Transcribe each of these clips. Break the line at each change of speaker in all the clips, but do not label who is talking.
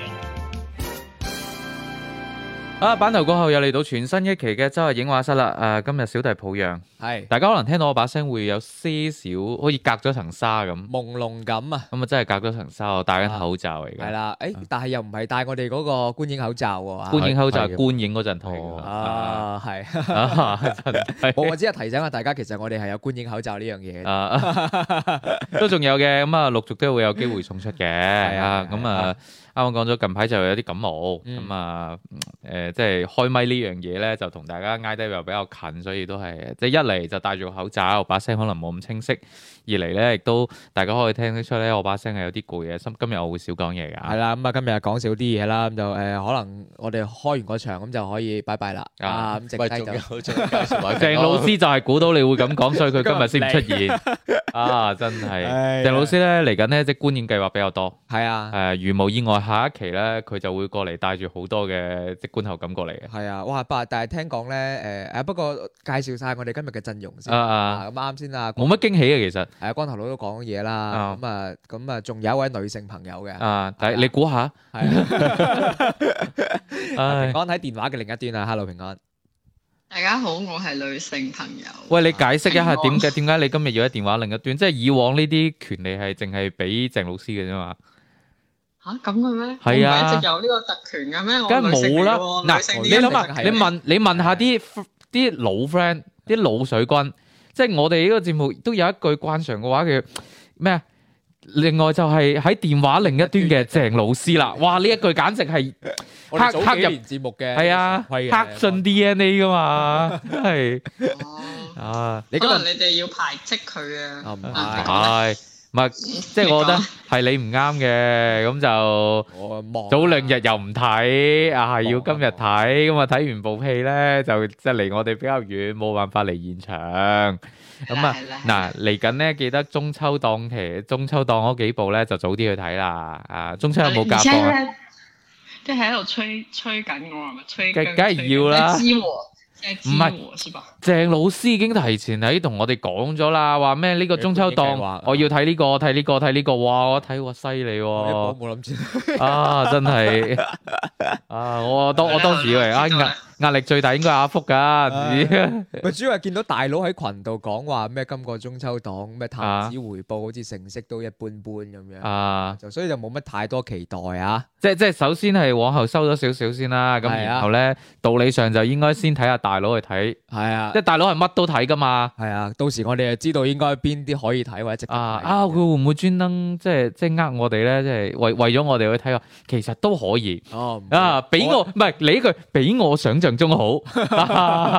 影。
啊！版頭過後又嚟到全新一期嘅周日影畫室啦。誒、今日小弟抱恙，
係
大家可能聽到我把聲會有些少好似隔咗層沙咁。
朦朧感啊，
咁啊，真係隔咗層沙，我戴緊口罩嚟
係
嘅。
啦，誒，但係又唔係戴我哋嗰個觀影口罩喎，
觀影口罩，
係嘅
觀影嗰陣睇嘅。啊
啊，係，
啊真係
冇我只係提醒下大家，其實我哋係有觀影口罩呢樣
Ờ.
嘢嘅，
啊， 都仲有嘅，咁啊，陸續都會有機會送出嘅，啊，咁啊，啱啱講咗近排就有啲感冒，
嗯
咁啊，誒，即係開咪呢樣嘢咧，就同大家挨得又比較近，所以都係即係一嚟就戴住個口罩，把聲可能冇咁清晰；二嚟咧，亦都大家可以聽得出咧，我把聲係有啲攰嘅，今今日我會少講嘢
係
㗎，
啦，咁啊，今日講少啲嘢啦，咁就誒，可能我哋開完個場咁就可以拜拜啦，
啊
啊，咁剩
喂，
低
仲
就
有仲有介紹埋
鄭老師就係估到你會咁講，所以佢今日先唔出現啊！真係
唉
鄭老師咧嚟緊咧，即係觀影計劃比較多。
係
誒、
啊，
如無意外，下一期咧佢就會過嚟帶住好多嘅即係觀後感過嚟嘅。
係啊，哇，但但係聽講咧，誒，誒，不過介紹晒我哋今日嘅陣容先，
啊
啊
啊，
咁啱先啊，
冇乜驚喜嘅其實。
係啊，光頭佬都講嘢
啊
啦，咁啊，咁啊，仲有一位女性朋友嘅，
啊，但係
係啊
你估下，
係啊。平
唉，
安喺電話嘅另一端啊，Hello 平安。
大家好，我係女性朋友。
喂，你解釋一下
平
點
安
解點解你今日要喺電話另一端？即係以往呢啲權利係淨係俾鄭老師嘅啫嘛。
吓咁嘅咩？
係啊
我唔係一直有呢個特權嘅咩？我
梗係
女性嚟
冇啦。
喎女
嗱，
性
你
呢
諗
哦 一
下，
定係
你問你問下啲啲老 friend、啲老水軍，即係我哋呢個節目都有一句慣常嘅話叫咩啊？另外就係喺電話另一端嘅鄭老師啦。哇！呢一句簡直係〜
我哋
黑
早
黑
幾
入
年節目嘅
系啊，
常規嘅
黑信 DNA 噶嘛，真係
哦
啊，
你今
可
日
能你哋要排斥佢啊。
啊唔係，
係唔係？ 即係我覺得係你唔啱嘅，咁就
我望
早兩日又唔睇，啊係要今日睇，咁啊睇完部戲咧就即係離我哋比較遠，冇辦法嚟現場，咁啊
係啦係
嗱
啦
嚟緊咧記得中秋檔期，中秋檔嗰幾部咧就早啲去睇啦，啊中秋有冇
而
假
且
放啊？
咧，即係喺度吹吹緊我係咪？吹
梗
緊
梗係要啦
吹緊即係知和，
唔
即係知和是吧？
鄭老師已經提前喺同我哋講咗啦，話咩呢個中秋
佢已經計劃
檔
啦
我要睇呢、個睇呢、個睇呢、個，哇！我睇喎犀利
我
喎，
冇諗 住，
啊真係啊！我當我當時以為啊
我知道啦
壓壓力最大應該係阿福㗎，唔 知
咪主要係見到大佬喺群度講話咩今個中秋檔咩投資回報好似成績都一般般咁
À.
樣，
啊！
就所以就冇乜太多期待啊。
即即首先係往後收咗少少先啦，咁
係啊
然後咧道理上就應該先睇下大佬去睇，
係啊
即，係大佬係乜都睇㗎嘛。
係啊，到時我哋就知道應該邊啲可以睇或者值得睇
啊啊！佢會唔會專登即係即係呃我哋咧？即係為為咗我哋去睇啊？其實都可以。
哦唔會
啊！比我
我
唔係你呢句，比我想象中好。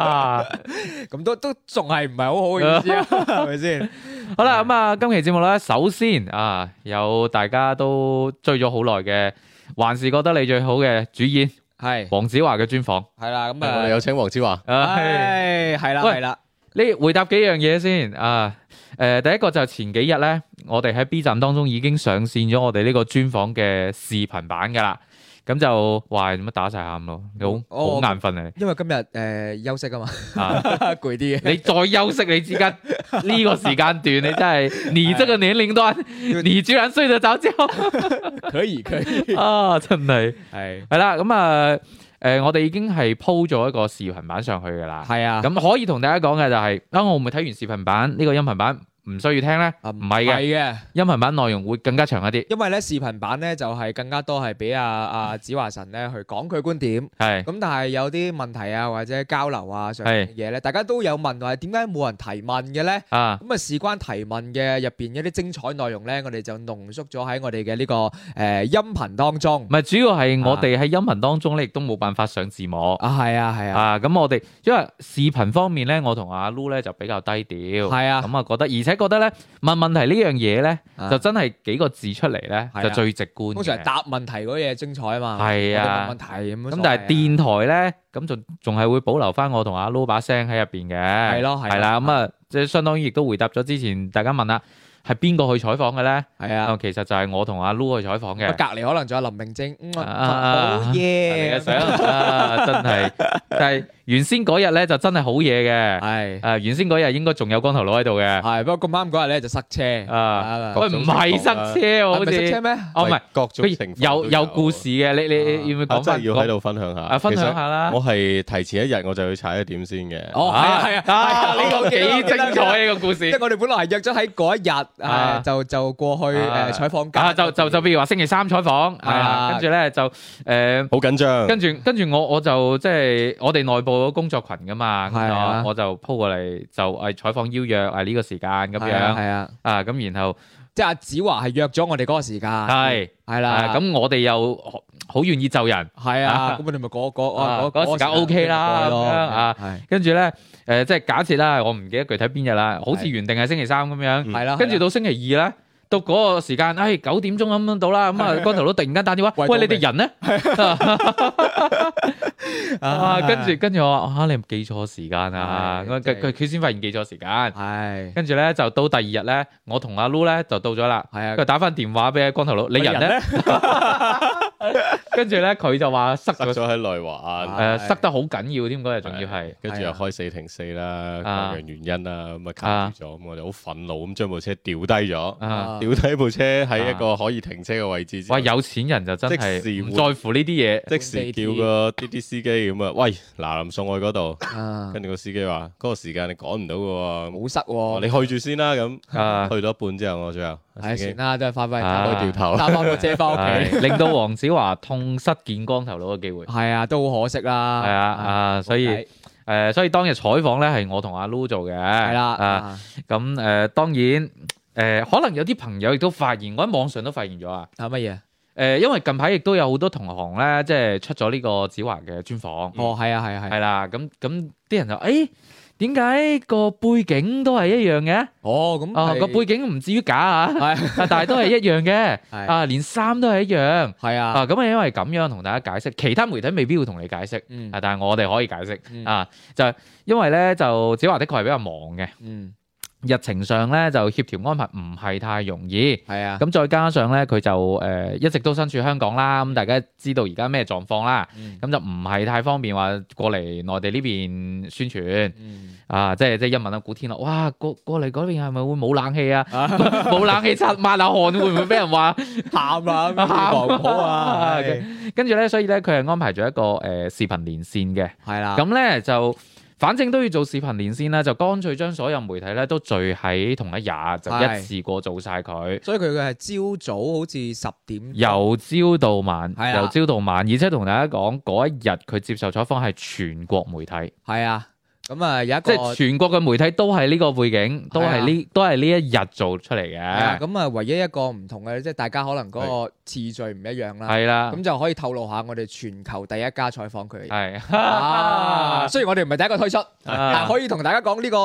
咁都都仲係唔係好好嘅意思啊？ 係咪先？
好啦，咁啊，今期節目咧，首先啊，有大家都追咗好耐嘅，還是覺得你最好嘅主演
係
黃子華嘅專訪。
係啦，咁
我哋
啊，
有請黃子華，
啊，
唉係啦
喂
係啦，
你回答幾樣嘢先啊？誒、第一個就前幾日咧，我哋喺 B 站當中已經上線咗我哋呢個專訪嘅視頻版㗎啦。咁就哇，做乜打晒喊咯？你好好
哦
眼瞓啊
因為今日誒休息啊嘛，
你啊！
攰啲嘅。
你再休息，你之間呢個時間段，你真
啊
係你這個年齡段，你居然睡得着覺
可以可以，
啊！真係
系
係啦，咁啊誒，我哋已經係鋪咗一個視頻版上去㗎啦。
系啊，
咁可以同大家講嘅就係、啊，我唔會睇完視頻版呢個音頻版唔需要聽咧，
啊
唔係
係
嘅，
嘅，
音頻版內容會更加長一啲，
因為咧視頻版咧就係更加多係俾阿阿子華神咧去講佢觀點。
係
咁但係有啲問題啊，或者交流啊上面嘅嘢咧，大家都有問話點解冇人提問嘅咧？
啊
咁啊，事關提問嘅入邊一啲精彩內容咧，我哋就濃縮咗喺我哋嘅呢個誒音頻當中
唔。係主要係我哋喺音頻當中咧，亦都冇辦法上字幕。
啊，係啊，係啊，
啊，咁我哋因為視頻方面咧，我同阿 Lu 咧就比較低調，
係啊
咁啊覺得，而且覺得咧問問題呢樣嘢咧，
啊
就真係幾個字出嚟咧
係啊
就最直觀嘅。
通常係答問題嗰嘢精彩啊嘛。
係啊
我哋問問題咁樣
咁
所謂啊。
但係電台咧，咁仲仲係會保留翻我同阿 Lu 把聲喺入邊嘅。
係咯係
啊
咯
係啦，咁啊，即係相當於亦都回答咗之前大家問啦。係邊個去採訪嘅咧？
係啊
啊，，其實就係我同阿 Lu 去採訪嘅
咁。隔離可能仲有林明晶，嗯
啊你嘅
好嘢，
相啊，真 係，但係原先嗰日咧就真係好嘢嘅。
係
誒，原先嗰日應該仲有光頭佬喺度嘅。
係，不過咁啱嗰日咧就塞車，
啊，
啊各
喂，唔係
種情況
塞
啦
車喎，好
啊係咪塞車
似
咩？
哦，唔係，
各種情
佢
況
有
都
有故事嘅。你你你要唔要
啊
講
真
翻
係要喺度分享下。
啊，分享
其實
下啦。
我係提前一日我就去踩一點先嘅。
哦，係啊係啊，
啊，呢個幾精
記得啊
彩呢個故
即
事
係。我哋本來係約咗喺嗰一日，
啊
誒就就過去
啊
誒採訪間
啊，就就就譬如話星期三採訪，
係啊
啊，跟住咧就誒。
好緊張。
跟住跟住我我就即係我哋內部嘅工作群噶嘛，
係啊
咁我我就 po 過嚟就誒採訪邀約啊呢個時間咁
係啊
樣
係啊，
啊咁然後
即係阿子華係約咗我哋嗰個時間，
係
係啦，
啊咁我哋又好好願意就人，
係啊
啊，
咁我哋咪嗰嗰
啊
嗰
嗰時間 OK 啦咁樣啊，
係
跟住咧誒即係假設啦，我唔記得具體邊日啦，好似
係
原定係星期三咁樣，
啊係啦，
跟住到星期二咧。到嗰個時間，唉九點鐘咁樣到啦，咁啊光頭佬突然間打電話，
喂
喂你
到
哋人咧？ 啊，跟住跟住我話啊，你記錯時間啊！
唉
咁
真係
佢佢佢先發現記錯時間，
係
跟住咧就到第二日咧，我同阿 Lu 咧就到咗啦。
係啊
佢，打翻電話俾光頭佬，你人咧？跟住咧佢就話塞
塞
咗，
咗喺內環，啊
誒塞得好緊要添，嗰日啊仲要係
跟住又開四停四啦，
啊
各樣原因啦，咁啊卡住咗，咁我就好憤怒咁將部車掉低咗，
啊！
掉低部車喺一個可以停車嘅位置之後
哇！有錢人就真
即
係
時
唔
會
在乎呢啲嘢。
即時叫個滴滴司機咁啊，喂，嗱臨送我去嗰度，
啊
跟住個司機話嗰個時間你趕唔到嘅喎，
冇塞
我話
喎，
你去住先啦咁，
啊
去到一半之後我最後
係
司機
算啦，都係翻返
啊
開掉頭，
搭翻部車翻屋企，
係令到黃子華痛失見光頭佬嘅機會，
係啊，都好可惜啦，
係啊啊！所以誒
係，
呃所以當日採訪咧係我同阿 Lu 做嘅，係
啦，
啊。
啊
咁誒、呃、當然誒、呃可能有啲朋友亦都發現，我喺網上都發現咗啊！誒、
啊乜嘢？
因為近排亦都有好多同行咧，即係出咗呢個子華嘅專訪，
哦，係啊，係啊，係
嗯係
啊，
啦、咁咁啲人就誒點解個背景都係一樣嘅？
哦，咁
哦，
係
個背景唔至於假啊，
係
但係都係一樣嘅，
係
啊，連衫都係一樣。
係啊，
啊，咁係因為咁樣同大家解釋，其他媒體未必會同你解釋，
嗯
啊，但係我哋可以解釋、
嗯
啊，就係因為咧就子華的確係比較忙嘅，
嗯，
日程上咧就協調安排唔係太容易，
係啊，
咁再加上咧佢就誒、呃一直都身處香港啦，咁大家知道而家咩狀況啦，
嗯
咁就唔係太方便話過嚟內地呢邊宣傳
嗯，
啊，即係即係一問阿古天樂，哇過過嚟嗰邊係咪會冇冷氣啊？ 冇冷氣擦抹下汗會唔會俾人話？
喊 啊，咁樣
喊啊
唔好 啊，係
跟住咧，所以咧佢係安排咗一個誒、呃、視頻連線嘅，
係啦，
咁咧就。反正都要做視頻連線啦，就乾脆將所有媒體咧都聚喺同一日，就
係
一次過做晒佢。
所以佢嘅係朝早好似十點，
由朝到晚，
係啊
由朝到晚，而且同大家講嗰一日佢接受採訪係全國媒體，
係啊，咁啊有一
即
個啊
係全國嘅媒體都係呢個背景，都係呢都係呢一日做出嚟
係啊
嘅，
咁啊唯一一個唔同嘅，即係大家可能嗰個次序唔一樣啦，
係啦，
啊咁就可以透露下我哋全球第一家採訪佢。
係
啊！雖然我哋唔係第一個推出，但
啊
可以同大家講呢個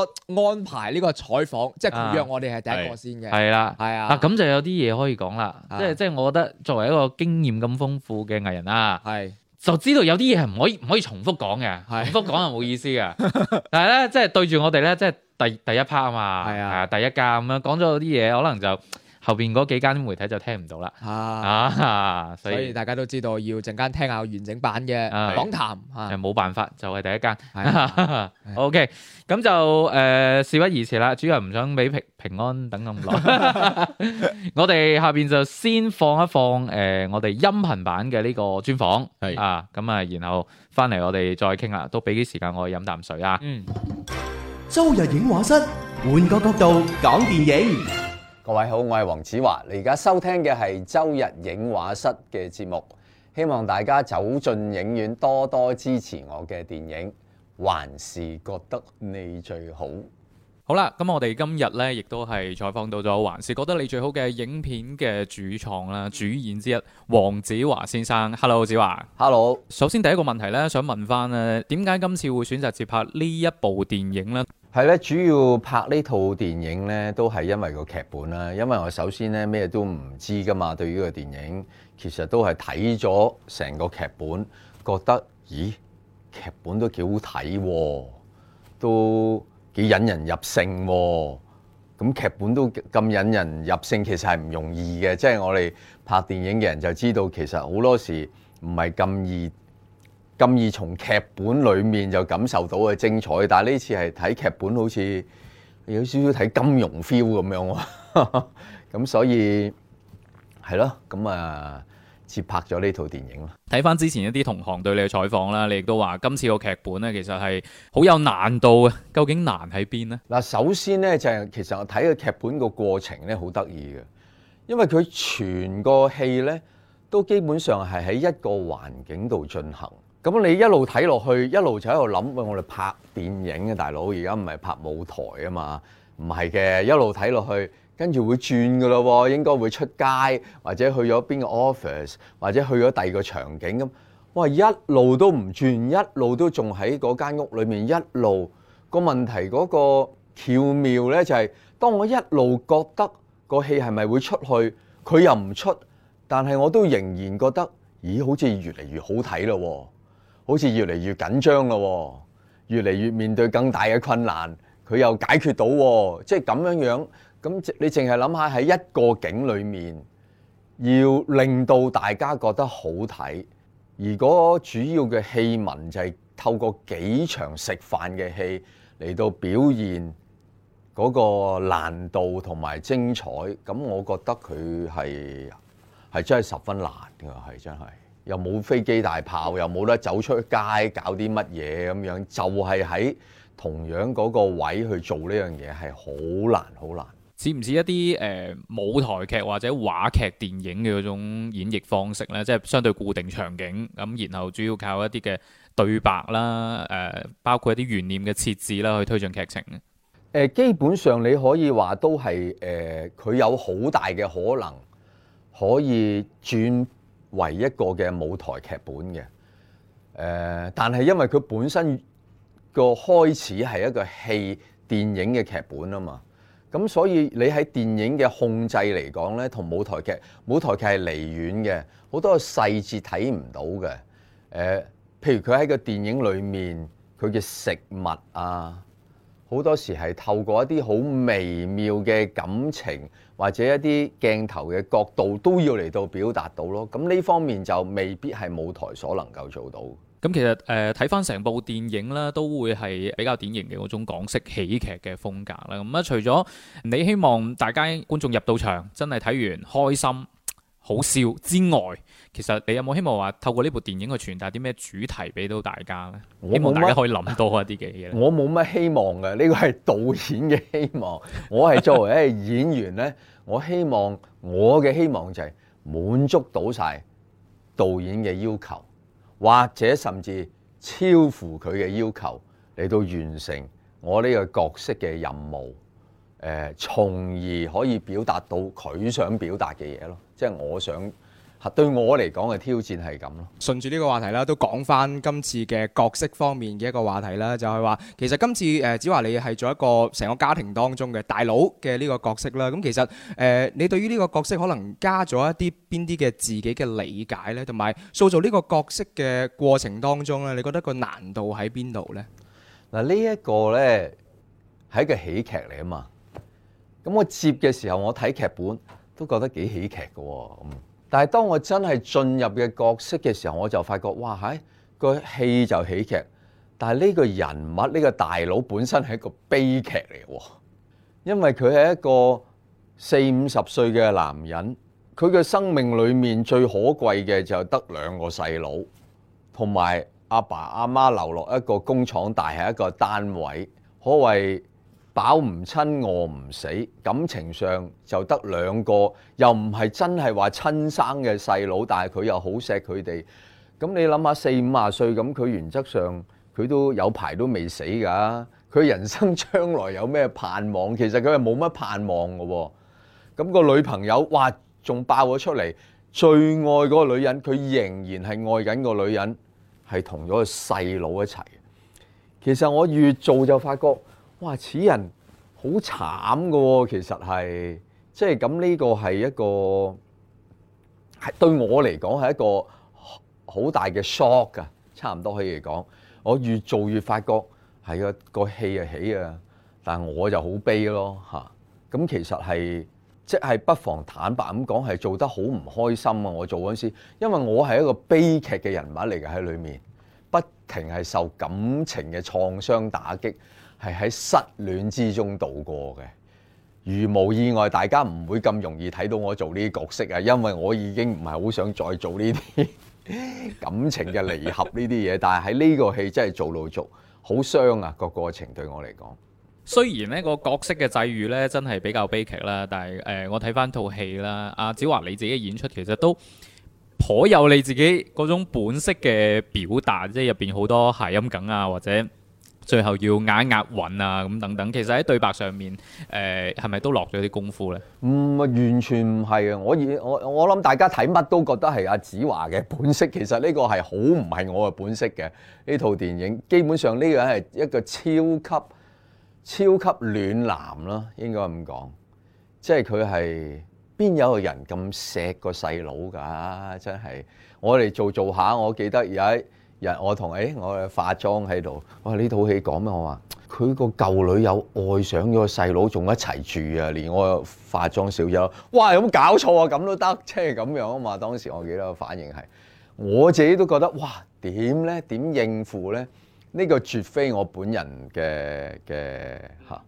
安排呢個採訪，即係佢
啊
約我哋係第一個先嘅，
係啦。
係啊
啊，，咁就有啲嘢可以講啦，
啊
即係即係我覺得作為一個經驗咁豐富嘅藝人啊啦，
係
就知道有啲嘢係唔可以唔可以重複講嘅，
係
重複講係冇意思嘅。 但係咧，即係對住我哋咧，即係第第一 part 啊嘛，
係啊
第一架咁樣講咗啲嘢，可能就後邊嗰幾間媒體就聽唔到啦。
啊，
啊，所
所以
以
大家都知道要陣間聽下完整版嘅
啊
訪談啊
誒，冇辦法，就係第一間。
係啊
OK，咁就誒事不宜遲啦，主要係唔想俾平平安等咁耐。 我哋下邊就先放一放誒我哋音頻版嘅呢個專訪，
係
啊，咁啊，然後翻嚟我哋再傾啦，都俾啲時間我去飲啖水啊。
嗯。
周日影畫室，換個角度講電影。
各位好，我係黃子華。你而家收聽嘅係周日影畫室嘅節目，希望大家走進影院多多支持我嘅電影，還是覺得你最好。
好啦，咁我哋今日咧，亦都係採訪到咗《還是覺得你最好》嘅影片嘅主創啦、主演之一黃子華先生。Hello，子華。
Hello，
首先第一個問題咧，想問翻咧，點解今次會選擇接拍呢一部電影呢？
係咧，主要拍呢套電影呢，都係因為個劇本啦。因為我首先呢，咩都唔知噶嘛，對於個電影，其實都係睇咗成個劇本，覺得咦，劇本都幾好睇喎，都幾引人入勝喎。咁劇本都咁引人入勝，其實係唔容易嘅。即係我哋拍電影嘅人就知道，其實好多時唔係咁易咁易從劇本裡面就感受到嘅精彩。但係呢次係睇劇本，好似有少少睇金融 feel 咁樣喎。 咁所以係咯，咁啊接拍咗呢套電影啦。
睇翻之前一啲同行對你嘅採訪啦，你亦都話今次個劇本咧其實係好有難度嘅，究竟難喺邊呢？
嗱，首先咧就係、其實我睇個劇本個過程咧好得意嘅，因為佢全個戲咧都基本上係喺一個環境度進行。咁你一路睇落去，一路就喺度諗，喂，我哋拍電影嘅大佬，而家唔係拍舞台啊嘛，唔係嘅，一路睇落去。跟住會轉噶咯喎，應該會出街或者去咗邊個 office 或者去咗第二個場景咁。哇！一路都唔轉，一路都仲喺嗰間屋裏面，一路個問題嗰個巧妙呢，就係、當我一路覺得個戲係咪會出去，佢又唔出，但係我都仍然覺得，咦，好似越嚟越好睇咯喎，好似越嚟越緊張咯喎，越嚟越面對更大嘅困難，佢又解決到喎，即係咁樣樣。咁你淨係諗下喺一個景裏面，要令到大家覺得好睇，而嗰主要嘅戲文就係透過幾場食飯嘅戲嚟到表現嗰個難度同埋精彩。咁我覺得佢係係真係十分難㗎，係真係。又冇飛機大炮，又冇得走出街搞啲乜嘢咁樣，就係、喺同樣嗰個位去做呢樣嘢係好難好難。
似唔似一啲誒、呃舞台劇或者話劇電影嘅嗰種演繹方式呢？即係相對固定場景咁，然後主要靠一啲嘅對白啦，誒、呃包括一啲懸念嘅設置啦，去推進劇情呢。
誒、基本上你可以話都係呃誒，佢、有好大嘅可能可以轉為一個嘅舞台劇本嘅。誒、呃但係因為佢本身個開始係一個戲電影嘅劇本啊嘛，咁所以你喺電影嘅控制嚟講呢，同舞台劇舞台劇係離遠嘅，好多細節睇唔到嘅。誒、呃譬如佢喺個電影裏面佢嘅食物啊。好多時係透過一啲好微妙嘅感情或者一啲鏡頭嘅角度都要嚟到表達到咯。咁呢方面就未必係舞台所能夠做到。
咁其實誒睇翻成部電影啦，都會係比較典型嘅嗰種港式喜劇嘅風格啦。咁、啊，除咗你希望大家觀眾入到場真係睇完開心好笑之外，其實你有冇希望話透過呢部電影去傳達啲咩主題俾到大家呢？
我
希望
冇乜
大家可以諗多一啲嘅嘢呢。
我冇乜希望嘅，呢個係導演嘅希望。我係作為一個演員呢，我希望我嘅希望就係滿足到晒導演嘅要求，或者甚至超乎佢嘅要求嚟到完成我呢個角色嘅任務。誒、從而可以表達到佢想表達嘅嘢咯，即係我想對我嚟講嘅挑戰係咁咯。
啊順住呢個話題啦，都講翻今次嘅角色方面嘅一個話題啦，就係話其實今次誒子華你係做一個成個家庭當中嘅大佬嘅呢個角色啦。咁其實誒、呃你對於呢個角色可能加咗一啲邊啲嘅自己嘅理解呢？同埋塑造呢個角色嘅過程當中呢，你覺得個難度喺邊度呢？
嗱呢一個咧係一個喜劇嚟啊嘛。咁我接嘅時候，我睇劇本都覺得幾喜劇嘅喎、嗯但係當我真係進入嘅角色嘅時候，我就發覺哇，係、個戲就喜劇，但係呢個人物呢、個大佬本身係一個悲劇嚟嘅喎，因為佢係一個四五十歲嘅男人，佢嘅生命裡面最可貴嘅就得兩個細佬。同埋阿爸阿媽流落一個工廠大係一個單位，可謂飽唔親餓唔死，感情上就得兩個，又唔係真係話親生嘅細佬，但係佢又好錫佢哋。咁你諗下四五廿歲咁，佢原則上佢都有排都未死㗎，佢人生將來有咩盼望？其實佢係冇乜盼望嘅喎。咁、個女朋友哇，仲爆咗出嚟，最愛嗰個女人，佢仍然係愛緊個女人，係同咗個細佬一齊。其實我越做就發覺，哇！此人好慘嘅喎，其實係即係咁呢個係一個係對我嚟講係一個好好大嘅 shock 㗎，差唔多可以講。我越做越發覺係啊，個戲啊起啊，但我就好悲咯嚇。咁其實係即係不妨坦白咁講，係做得好唔開心啊！我做嗰陣時，因為我係一個悲劇嘅人物嚟嘅喺裏面，不停係受感情嘅創傷打擊，係喺失戀之中度過嘅。如無意外，大家唔會咁容易睇到我做呢啲角色啊，因為我已經唔係好想再做呢啲感情嘅離合呢啲嘢。但係喺呢個戲真係做到做，好傷啊個過程對我嚟講。
雖然呢個角色嘅際遇呢真係比較悲劇啦，但係誒、呃我睇翻套戲啦，阿子華你自己演出其實都頗有你自己嗰種本色嘅表達，即係入邊好多諧音梗啊，或者最後要押一押韻啊咁等等。其實喺對白上面誒係咪都落咗啲功夫呢？
唔係完全唔係啊！我以我我諗大家睇乜都覺得係阿子華嘅本色，其實呢個係好唔係我嘅本色嘅。呢套電影基本上呢個係一個超級超級暖男啦，應該咁講，即係佢係邊有個人咁錫個細佬㗎？真係我哋做做下，我記得有一日我同誒、哎我嘅化妝喺度，哇呢套戲講咩？我話佢個舊女友愛上咗個細佬，仲一齊住啊！連我化妝小友，哇有冇搞錯啊？咁都得，即係咁樣啊嘛！當時我記得個反應係，我自己都覺得哇點咧？點應付咧？呢、個絕非我本人嘅嘅嚇，呢、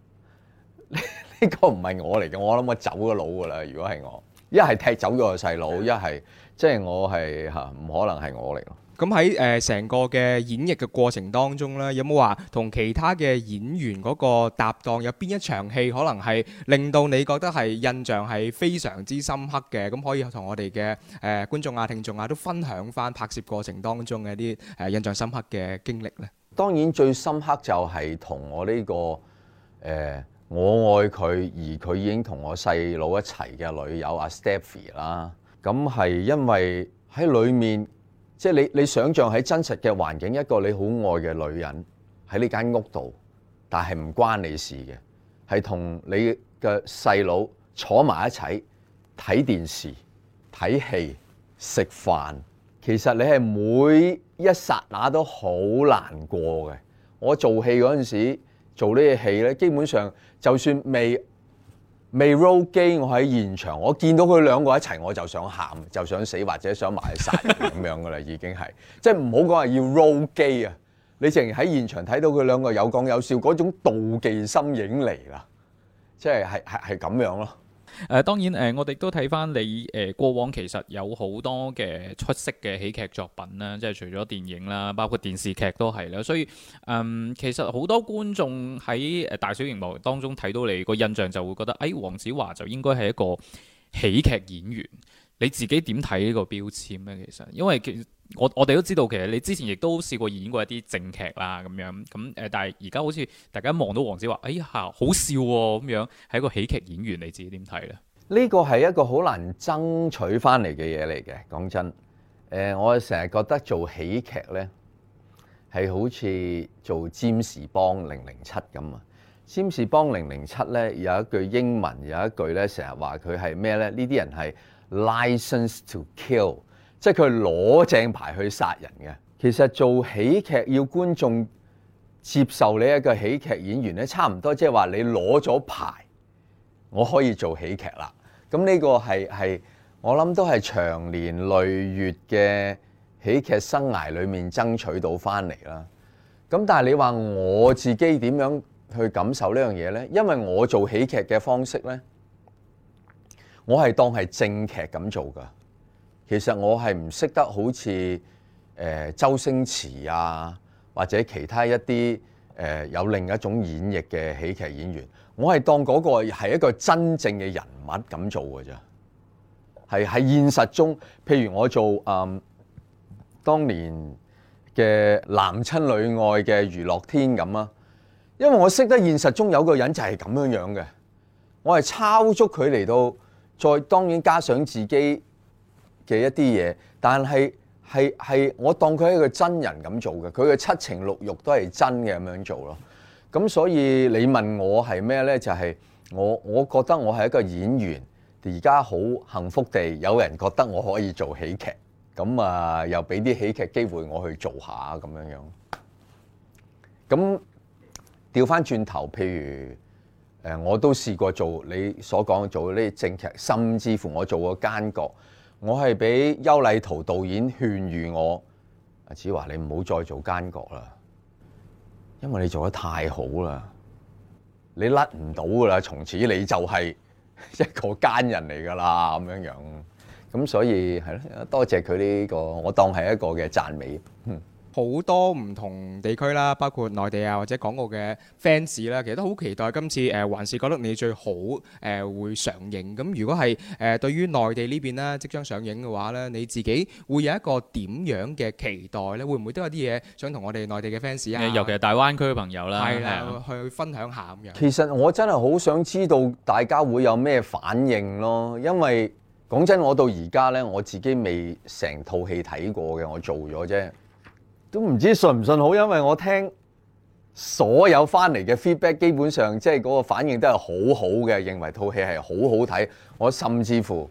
呢個唔係我嚟嘅，我諗我走咗佬噶啦。如果係我，一係踢走咗個細佬，一係即係我係嚇唔可能係我嚟咯。
咁喺誒成個嘅演繹嘅過程當中咧，有冇話同其他嘅演員嗰個搭檔有邊一場戲可能係令到你覺得係印象係非常之深刻嘅？咁可以同我哋嘅誒觀眾啊、聽眾啊都分享翻拍攝過程當中嘅一啲誒印象深刻嘅經歷咧。
當然最深刻就係同我呢、個誒、呃我愛佢而佢已經同我細佬一齊嘅女友阿 Stephy 啦。咁係因為喺裏面，即係你你想象喺真實嘅環境，一個你好愛嘅女人喺呢間屋度，但係唔關你事嘅，係同你嘅細佬坐埋一齊睇電視、睇戲、食飯。其實你係每一剎那都好難過嘅。我做戲嗰陣時做呢啲戲咧，基本上就算未未 roll 機，我喺現場，我見到佢兩個一齊，我就想喊，就想死或者想埋去殺人咁樣噶啦，已經係 即係唔好講係要 roll 機啊！你淨係喺現場睇到佢兩個有講有笑，嗰種妒忌心影嚟啦，即係係係係咁樣咯。
誒、呃當然誒、我哋都睇翻你誒、過往其實有好多嘅出色嘅喜劇作品啦，即係除咗電影啦，包括電視劇都係啦。所以嗯，其實好多觀眾喺誒大小熒幕當中睇到你個印象就會覺得，誒、黃子華就應該係一個喜劇演員。你自己點睇呢個標籤呢？其實因為其我我哋都知道，其實你之前亦都試過演過一啲正劇啦，咁樣咁誒，但係而家好似大家望到黃子華，哎呀，好笑喎、咁樣係一個喜劇演員，你自己點睇呢？
呢個係一個好難爭取翻嚟嘅嘢嚟嘅，講真。誒、我成日覺得做喜劇呢係好似做占士邦零零七咁啊。占士邦零零七呢有一句英文有一句呢，成日話佢係咩呢？呢啲人係 license to kill，即係佢攞正牌去殺人嘅。其實做喜劇要觀眾接受你一個喜劇演員呢，差唔多即係話你攞咗牌。我可以做喜劇啦。咁呢個係係我諗都係長年累月嘅喜劇生涯裏面爭取到翻嚟啦。咁但係你話我自己點樣去感受呢樣嘢呢？因為我做喜劇嘅方式呢，我係當係正劇咁做㗎。其實我係唔識得好似誒、呃周星馳啊，或者其他一啲誒、呃有另一種演繹嘅喜劇演員，我係當嗰個係一個真正嘅人物咁做㗎咋。係喺現實中，譬如我做嗯當年嘅男親女愛嘅娛樂天咁啊，因為我識得現實中有個人就係咁樣樣嘅，我係抄足佢嚟到，再當然加上自己嘅一啲嘢，但係係係我當佢係一個真人咁做嘅，佢嘅七情六欲都係真嘅咁樣做咯。咁所以你問我係咩呢？就係、我我覺得我係一個演員，而家好幸福地有人覺得我可以做喜劇，咁啊又俾啲喜劇機會我去做下咁呃樣樣。咁調翻轉頭，譬如誒、誒，我都試過做你所講做呢啲正劇，甚至乎我做過奸角，我係俾邱禮圖導演勸喻我，阿子華你唔好再做奸角啦，因為你做得太好啦，你甩唔到噶啦，從此你就係一個奸人嚟噶啦咁樣樣，咁所以係咯，多謝佢呢、個，我當係一個嘅讚美。
好多唔同地區啦，包括內地啊或者港澳嘅 fans 啦，其實都好期待今次誒、呃還是覺得你最好誒、呃、會上映。咁如果係誒、呃、對於內地呢邊呢，即將上映嘅話呢，你自己會有一個點樣嘅期待呢？會唔會都有啲嘢想同我哋內地嘅 fans 啊，
誒尤其係大灣區嘅朋友啦，
係
係啊
啦，去分享下咁樣。
其實我真係好想知道大家會有咩反應咯，因為講真，我到而家呢，我自己未成套戲睇過嘅，我做咗啫，都唔知信唔信好，因為我聽所有翻嚟嘅 feedback，基本上即係嗰個反應都係好好嘅，認為套戲係好好睇，我甚至乎。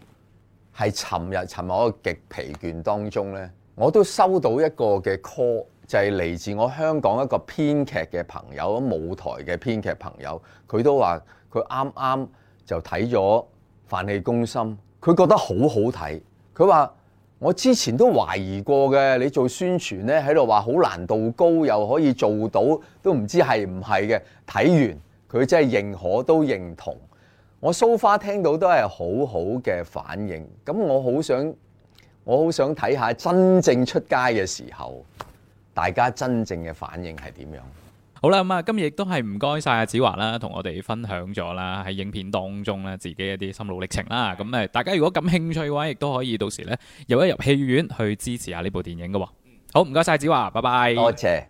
係尋日尋日我個極疲倦當中呢，我都收到一個嘅 call，就係嚟自我香港一個編劇嘅朋友，舞台嘅編劇朋友，佢都話佢啱啱就睇咗《飯氣攻心》，佢覺得好好睇。佢話我之前都懷疑過嘅，你做宣傳呢，喺度話好難度高，又可以做到，都唔知係唔係嘅。睇完佢真係認可，都認同。我 so far 聽到都係好好嘅反應，咁我好想我好想睇下真正出街嘅時候，大家真正嘅反應係點樣？
好啦，咁啊，今日亦都係唔該晒阿子華啦，同我哋分享咗啦，喺影片當中咧自己一啲心路歷程啦。咁誒，大家如果感興趣嘅話，亦都可以到時咧入一入戲院去支持下呢部電影嘅喎。好，唔該晒子華，拜拜。
多謝。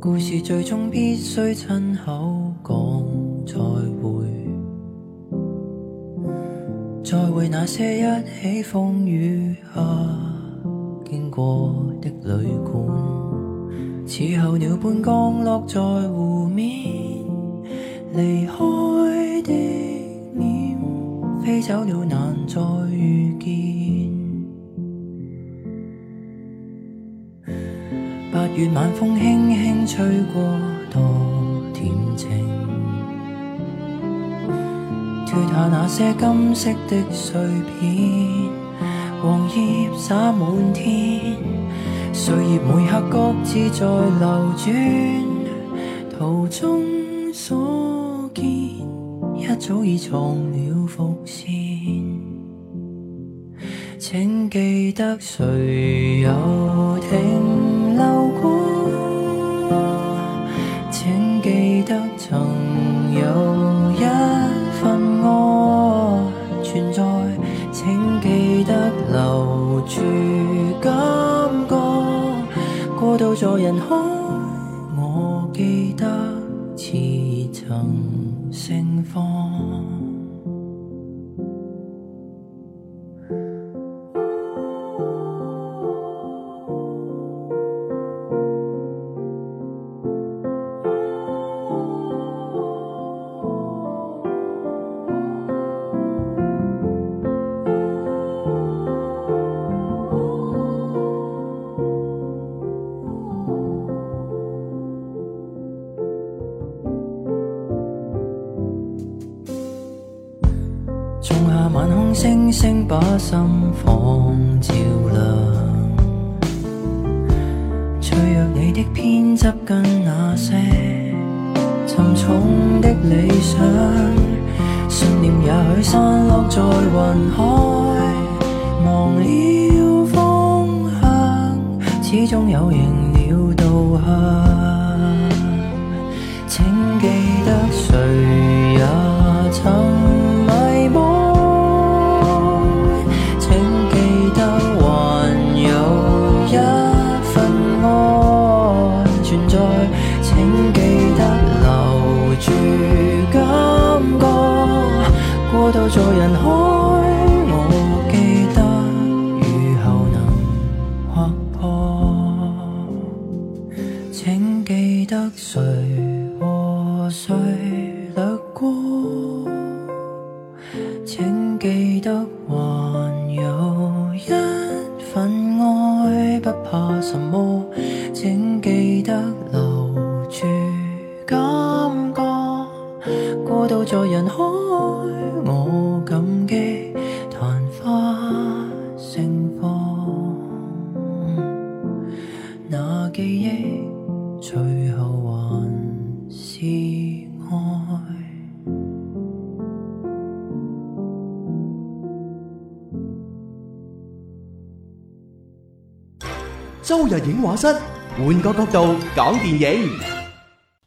故事最終必須親口講再會，再會那些一起風雨下經過的旅館，似候鳥般降落在湖面，離開的臉飛走了難再遇見。八月晚風輕輕吹過，多恬靜。脱下那些金色的碎片，黃葉灑滿天，歲月每刻各自在流轉。途中所見，一早已藏了伏線。請記得誰有停留過？請記得曾有一份愛存在。請記得留住感覺，過渡在人海，我記得似曾盛放。種下晚空星星，把心房照亮。脆弱你的偏執跟那些沉重的理想，信念也許散落在雲海，忘了方向，始終有形了導向。請記得誰也曾迷惘，請記得還有一份愛存在，請記得留住感覺，過渡在人海，我記得雨後能劃破。請記份愛，不怕什麼，請記得留住感覺。過渡在人海，我感激曇花盛放。那記憶最後還是愛。
周日影画室，換個角度講電影。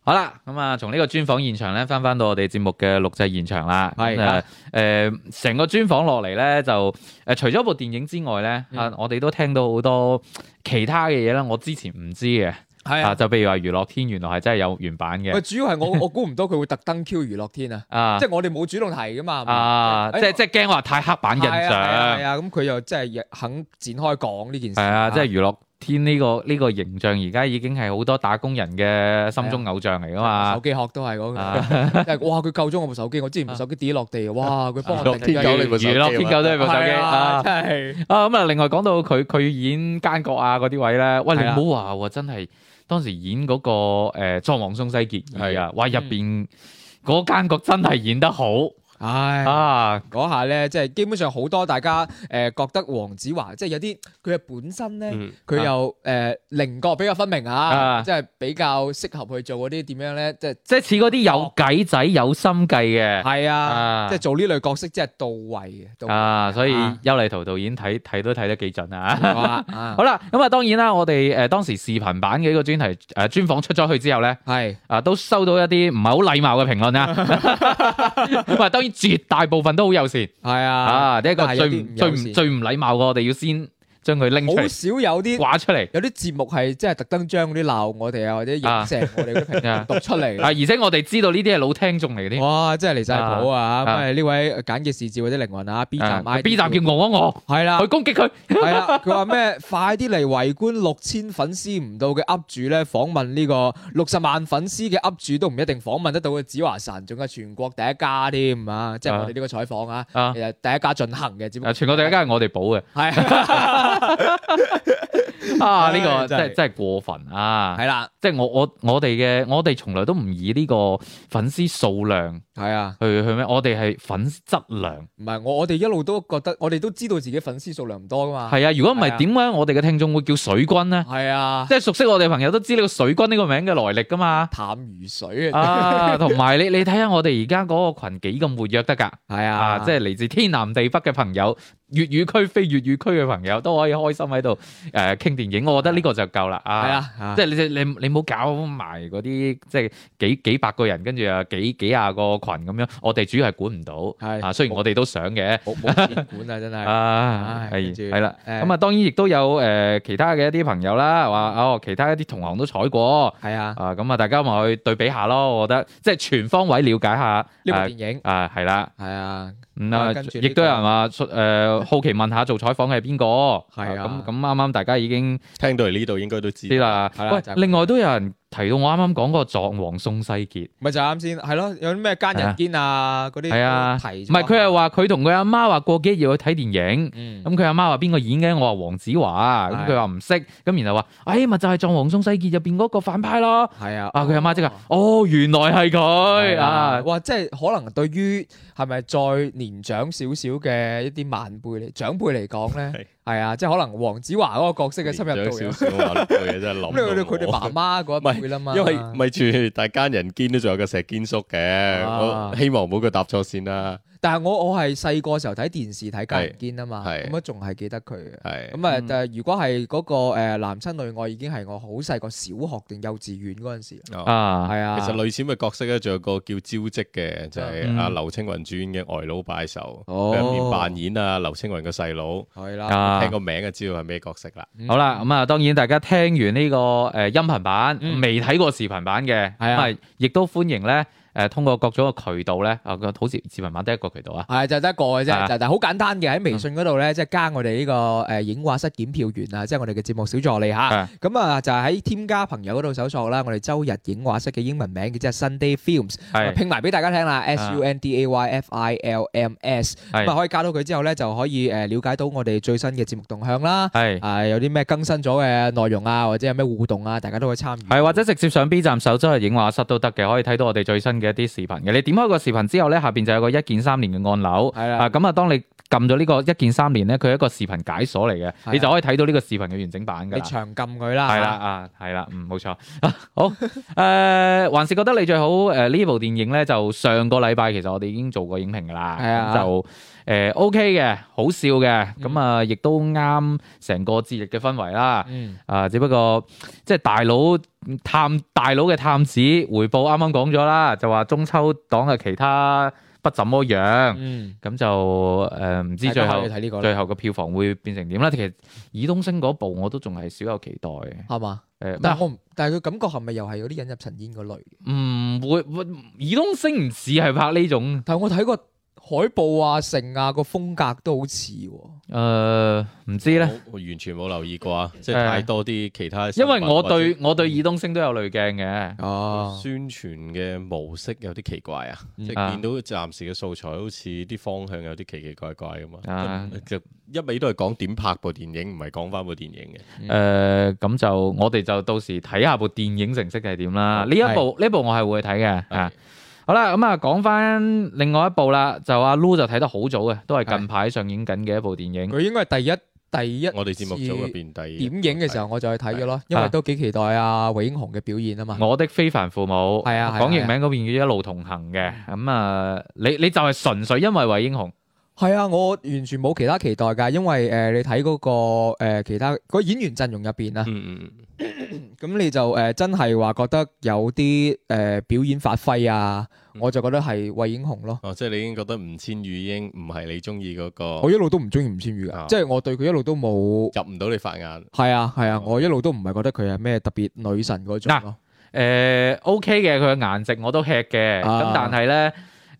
好啦，咁啊，從呢個專訪現場咧，翻翻到我哋節目嘅錄製現場啦。
係
咁啊誒，成個專訪落嚟咧，就誒除咗部電影之外咧，啊，我哋都聽到好多其他嘅嘢啦，我之前唔知嘅。
係啊
就譬如話娛樂天原來係真係有原版嘅
喂，。主要係我我估唔到佢會特登 Q 娛樂天啊，
啊
即係我哋冇主動提㗎嘛。係咪
啊，
哎
即係即係驚話太刻板印
係啊係
象。
啊，咁佢又真係肯展開講呢件事。
係啊，即係娛樂天呢個呢個形象，而家已經係好多打工人嘅心中偶像嚟噶嘛
手。機殼都係嗰
啊
個，即係哇！佢救咗我部手機，我之前部手機跌落地，哇！佢幫我
娛樂天狗你部手機啊
娛樂天狗都係部手機
係啊
啊。
真係
啊咁啊，另外講到佢佢演奸角啊嗰啲位咧，喂你
係啊
唔好話喎，真係當時演嗰、個誒《藏王宋世傑二》啊，
嗯
哇入邊嗰奸角真係演得好
唉。
啊！
嗰下咧，即係基本上好多大家誒、呃、覺得黃子華即係有啲佢嘅本身咧，
嗯
佢又誒棱角比較分明啊，
啊
即係比較適合去做嗰啲點樣咧，即係
即係似嗰啲
哦
有計仔有心計
係
嘅
啊，
啊
即係做呢類角色真係到位嘅，到位
啊，所以
啊
邱麗圖導演睇睇都睇得幾準啊！
好啦 啊
好啦，咁啊當然啦，我哋誒當時視頻版嘅呢個專題誒專訪出咗去之後咧。
係
啊，都收到一啲唔係好禮貌嘅評論啦。 咁啊，當然絕大部分都好友善
係啊，
啊，呢一個
但係有
最
啲
唔
唔
最
友
唔
善
最唔禮貌嘅，我哋要先將佢拎出
好
嚟
少有啲
掛出嚟
有啲節目係即係特登將嗰啲鬧我哋啊，或者影射我哋嗰 啲評論
啊
讀出嚟
啊！。而且我哋知道呢啲係老聽眾嚟嘅添
哇！真係離晒譜
啊
啊！咁啊，呢位簡嘅視照或者靈魂啊，B 站
啊
I
，B 站叫我我
係啦
我，去，攻擊佢。
係啊啦，佢話咩？快啲嚟圍觀六千粉絲唔到嘅 Up 主咧，訪問呢個六十萬粉絲嘅 Up 主都唔一定訪問得到嘅子華神，仲係全國第一家添啊！即係我哋呢個採訪啊，
啊
其實第一家進行嘅，只不
啊，
過
全國第一間係我哋補嘅
係
啊！呢個
真
真
係
係真係過分啊！
係啦，
即係我我我哋嘅我哋從來都唔以呢個粉絲數量
係啊，
去去咩，我哋係粉絲質量。
唔係我我哋一路都覺得，我哋都知道自己粉絲數量唔多噶嘛，
係啊，如果唔
係
係
啊
點解我哋嘅聽眾會叫水軍 咧？
係啊，。
即係熟悉我哋嘅朋友都知呢個水軍呢個名嘅來歷噶嘛
淡如水啊，
啊，同埋你你睇下我哋而家嗰個群幾咁活躍得㗎，
係
啊，即係嚟自天南地北嘅朋友，粵語區非粵語區嘅朋友都可以開心喺度誒傾電影，我覺得呢個就夠啦啊。
係啊，
即係你你你唔好搞埋嗰啲即係幾幾百個人，跟住啊幾幾廿個群咁樣，我哋主要係管唔到。
係
啊，雖然我哋都想嘅。
冇冇錢管啊，真係
啊，
唉
係
跟住
係啦，
誒
咁啊，當然亦都有誒其他嘅一啲朋友啦，話哦，其他一啲同行都採過，
係啊，
啊，咁啊，大家咪去對比下咯，我覺得即係全方位了解下
呢部
啊
電影
啊，係啦，
係啊，
咁
啊
啊
跟住，呢個
亦都有人話誒好奇問下做採訪嘅係邊個，
係啊
咁咁啱啱大家已經
聽到嚟呢度應該都知
知啦。
係啦
喂
就係，
另外都有人提到我啱啱講個藏王宋世傑，
咪就係啱先係咯，有啲咩奸人堅啊嗰啲
係啊
都提
唔
咗
係佢係話佢同佢阿媽話過幾日要去睇電影。
嗯
咁佢阿媽話邊個演嘅？我話黃子華，
係
咁佢話唔識，咁然後話，哎咪就係《藏王宋世傑》入邊嗰個反派咯。
係啊
啊，佢阿媽即刻，哦，原來係佢
啊
啊！
哇！即係可能對於係咪再年長少少嘅一啲晚輩嚟長輩嚟講咧，係啊，即係可能黃子華嗰個角色嘅深入度
少
有。
少話句嘢真係
咁你
諗
去到佢哋媽媽嗰一輩啦嘛，
因為咪住大奸人堅都仲有個石堅叔嘅，
啊
我希望唔好佢搭錯線啦。
但係我我係細個時候睇電視睇《奸人堅》啊嘛，
係
咁啊仲係記得佢嘅。
係
咁啊，
嗯
但係如果係嗰個誒男親女愛，已經係我好細個小學定幼稚園嗰陣時啦，
哦
啊，
係啊，
其實類似咁嘅角色咧，仲有個叫招積嘅，就係
嗯
阿劉青雲主演嘅外佬拜壽，
啊哦
佢入面扮演啊劉青雲嘅細佬，
係啦，
啊
聽個名就知道係咩角色啦。
好啦，咁啊，當然大家聽呃完呢個誒音頻版，未睇過視頻版嘅，
嗯係啊
咁，亦都歡迎咧誒通過各種嘅渠道咧，啊個好似字文版得一個渠道啊，
係就係得一個嘅
啊
啫，就但係好簡單嘅喺微信嗰度咧，即係加我哋呢個誒影畫室檢票員啊，即係我哋嘅節目小助理
啊
嚇。咁啊就喺添加朋友嗰度搜索啦，我哋周日影畫室嘅英文名叫即係 Sunday Films，
係
拼埋俾大家聽啦，S U N D A Y F I L M S。
係
咁啊可以加到佢之後咧，就可以誒了解到我哋最新嘅節目動向啦。
係
啊有啲咩更新咗嘅內容啊，或者有咩互動啊，大家都可以參與。
係或者直接上 B 站搜周日影畫室都得嘅，可以睇到我哋最新嘅一啲視頻嘅。你點開個視頻之後咧，下邊就有個一鍵三連嘅按鈕。
係啦
啊咁啊，當你撳咗呢個一鍵三連咧，佢係一個視頻解鎖嚟
啊
嘅，你就可以睇到呢個視頻嘅完整版㗎啦。
你長撳佢啦。
係啦啊，係啦，嗯，冇錯 啊，好诶，還是覺得你最好诶呢部電影咧，就上個禮拜其實我哋已經做過影評㗎啦，
係啊
咁就诶 OK 嘅，好笑嘅，咁啊亦都啱成個節日嘅氛圍啦，
嗯。
啊，只不過即係大佬探大佬嘅探子回報啱啱講咗啦，就話中秋檔嘅其他不怎麼樣，
嗯。
咁就誒唔知最
大家
後
可以睇呢個啦
最後個票房會變成點啦。其實以東升嗰部我都仲係少有期待嘅，呃
係嘛？
誒
但係我唔，但係佢感覺係咪又係嗰啲引入塵煙嗰類嘅？
唔會，會以東升唔似係拍呢種
但係我睇過海報啊、成啊個風格都好似喎。
誒呃唔知
啊
咧，
我我完全冇留意過啊，即係
誒
太多啲其他新
因
聞，
為我對
或
我
嗯
對以東升都有濾鏡嘅，
者
哦，
宣傳嘅模式有啲奇怪啊，即
啊
係見到暫時嘅素材好似啲方向有啲奇奇怪怪咁
啊
啊，就就一味都係講點拍部電影，唔係講翻部電影嘅。
嗯
誒呃咁就我哋就到時睇下部電影成績係點啦。呢一部呢部我係會睇嘅
係
啊。好啦，咁啊講翻另外一部啦，就阿 Lu 就睇得好早嘅，都係近排上映緊嘅一部電影。
佢應該係第一第一
我哋節目組入邊第
點影嘅時候我就去睇咗咯，因為都幾期待啊魏英雄嘅表現啊嘛。
嗯
我的非凡父母
係啊係啊
講譯名嗰邊叫一路同行嘅，咁啊，你你就係純粹因為為英雄
係啊，我完全冇其他期待㗎，因為呃誒你睇嗰個誒其他嗰演員陣容入邊啊，
嗯嗯嗯，
咁你就誒真係話覺得有啲誒表演發揮啊，
嗯
我就覺得係魏英雄咯。
哦，即係你已經覺得吳千語已經唔係你中意嗰個，
我一路都唔中意吳千語
哦啊
㗎，即係我對佢一路都冇
入唔到你法眼。
係啊係啊，
哦
我一路都唔係覺得佢係咩特別女神嗰種咯。
誒呃 OK 嘅，佢嘅顏值我都吃嘅，咁、
啊
但係咧。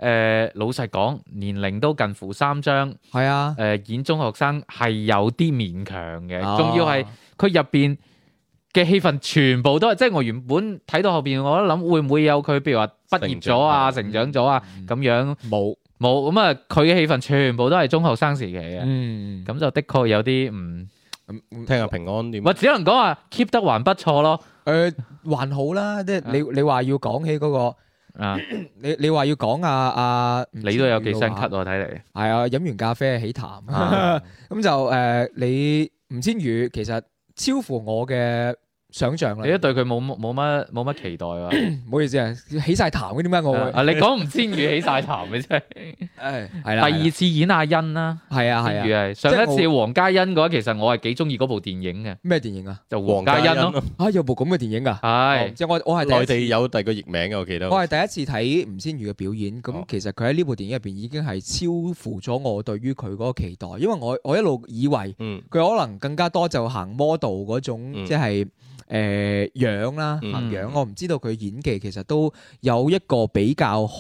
誒、老實講，年齡都近乎三張，誒、
係啊，
呃演中學生係有啲勉強嘅，
哦
仲要係佢入邊嘅氣氛全部都係，即係我原本睇到後邊，我都諗會唔會有佢，譬如話畢業咗啊、成
成
長
長
咗啊咁樣，
冇。
冇咁啊，佢嘅氣氛全部都係中學生時期嘅，
嗯，
咁就的確有啲唔，
咁
聽下平安點
我只能講話 keep 得還不錯咯，
誒呃還好啦，即係
啊
你你話要講起嗰個，
啊，
你你話要講啊啊，
你都有幾身咳
係
喎，睇嚟。
啊，飲完咖啡起痰，
啊
咁就誒你吳千語其實超乎我嘅想象
你都
啦。
對佢冇冇乜冇乜期待啊！
唔好意思啊，起晒痰嘅點解我會？
啊，你啊講吳千語起晒痰 嘅啫。
誒係啦，
第二次演阿欣啦，
係啊
千
係啊，
語係上一
即
次黃嘉欣嗰，其實我係幾中意嗰部電影嘅，
咩電影啊？
就黃嘉欣咯，，
啊有部咁嘅電影㗎，哦
係
即係我我係第一
內
次
地有第二個譯名嘅，我記得。
我係第一次睇吳千語嘅表演，咁
哦
其實佢喺呢部電影入邊已經係超乎咗我對於佢嗰個期待，因為我我一路以為
嗯
佢可能更加多就行 model 嗰種，
嗯
即係誒樣啦，
嗯
行樣。我唔知道佢演技其實都有一個比較可。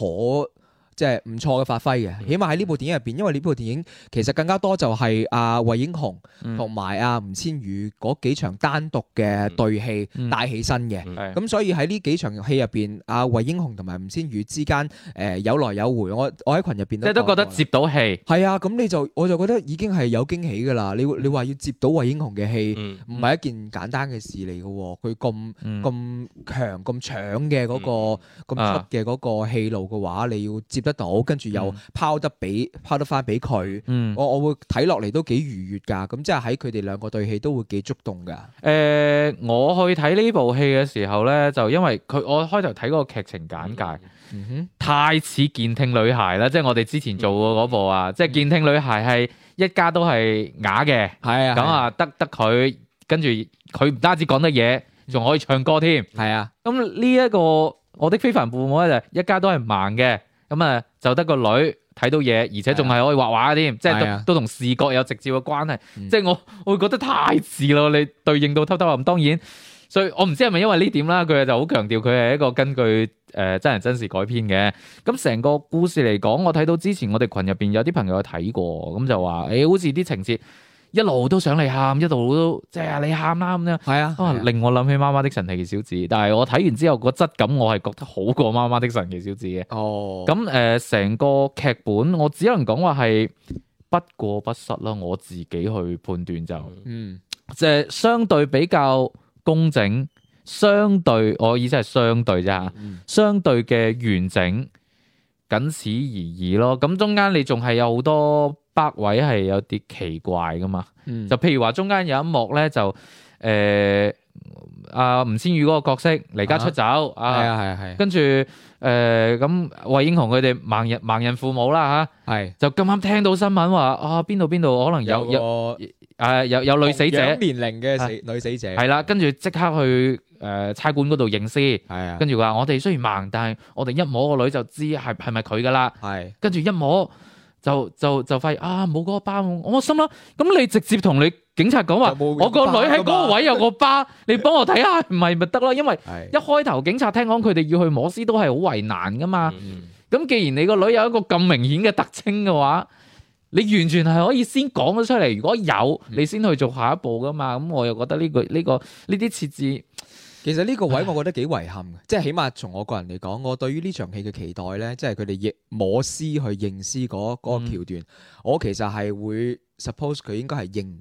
即係唔錯嘅發揮
嗯
嘅，起碼喺呢部電影入邊，因為呢部電影其實更加多就係阿魏英雄
嗯
同埋阿吳千語嗰幾場單獨嘅對戲
嗯
帶起身嘅，
係
咁所以喺呢幾場戲入邊，阿魏英雄同埋吳千語之間，誒、呃有來有回，我我喺群入邊
即係都覺得
講過啦
接到戲，
係啊，咁你就我就覺得已經係有驚喜㗎啦。你你話要接到魏英雄嘅戲，
嗯
唔係一件簡單嘅事嚟嘅喎。佢咁
嗯
咁強咁搶嘅嗰個咁
啊
出嘅嗰個戲路嘅話，你要接得到，跟住又
嗯
拋得俾拋得翻俾佢。
嗯，
我我會睇落嚟都幾愉悅㗎，咁即係喺佢哋兩個對戲都會幾觸動㗎。
誒、我去睇呢部戲嘅時候咧，就因為佢我開頭睇嗰個劇情簡介，
嗯哼，
太似健聽女孩啦，即係我哋之前做過嗰部
嗯
啊，即係健聽女孩係一家都係啞嘅，
係啊，
咁啊得得佢，跟住佢唔單止講得嘢，仲可以唱歌添。
係啊，
咁呢一個我的非凡父母咧，就一家都係盲嘅，咁啊就得個女睇到嘢，而且仲係可以畫畫添，即
係
係
啊
都都同視覺有直接嘅關係。
嗯
即係我我會覺得太似咯，你對應到偷偷暗，當然所以我唔知係咪因為呢點啦，佢就好強調佢係一個根據誒、呃真人真事改編嘅。咁成個故事嚟講，我睇到之前我哋群入邊有啲朋友有睇過，咁就話誒、好似啲情節一路都想你喊，一路都即係啊你喊啦咁樣。
係啊，
啊，令我諗起《媽媽的神奇小子》，但係我睇完之後個質感我係覺得好過《媽媽的神奇小子》嘅。
哦，
咁誒，成、個劇本我只能講話係不過不失啦，我自己去判斷就。
嗯，
即係相對比較工整，相對我意思係相對啫嚇，相對嘅完整，僅此而已咯。咁中間你仲係有好多北位係有啲奇怪噶嘛，
嗯
就譬如話中間有一幕咧就誒阿吳千語嗰個角色離家出走
係
啊，
啊，係啊，係啊，
跟住誒咁惠英紅佢哋盲人盲人父母啦啊
係
嚇，就咁啱聽到新聞話啊邊度邊度可能有有
有
誒有有
個
女死
同
者
樣。年齡嘅死女死者，
係啦，跟住即刻去誒差館嗰度認屍，
係啊，
跟住佢話我哋雖然盲，但係我哋一摸個女就知係係咪佢噶啦，
係
跟住一摸就就就發現啊冇嗰個疤，我心諗咁你直接同你警察講話
有，冇
我個女喺嗰個位有個疤，你幫我睇下唔係咪得咯？因為
係
一開頭警察聽講佢哋要去摸屍都係好為難噶嘛，
嗯
咁既然你個女有一個咁明顯嘅特徵嘅話，你完全係可以先講咗出嚟。如果有，你先去做下一步噶嘛。咁我又覺得呢、個呢、個呢啲設置，
其實呢個位我覺得幾遺憾嘅，即係起碼從我個人嚟講，我對於呢場戲嘅期待咧，即係佢哋亦摸屍去認屍嗰嗰個橋段，我其實係會 suppose 佢應該係認唔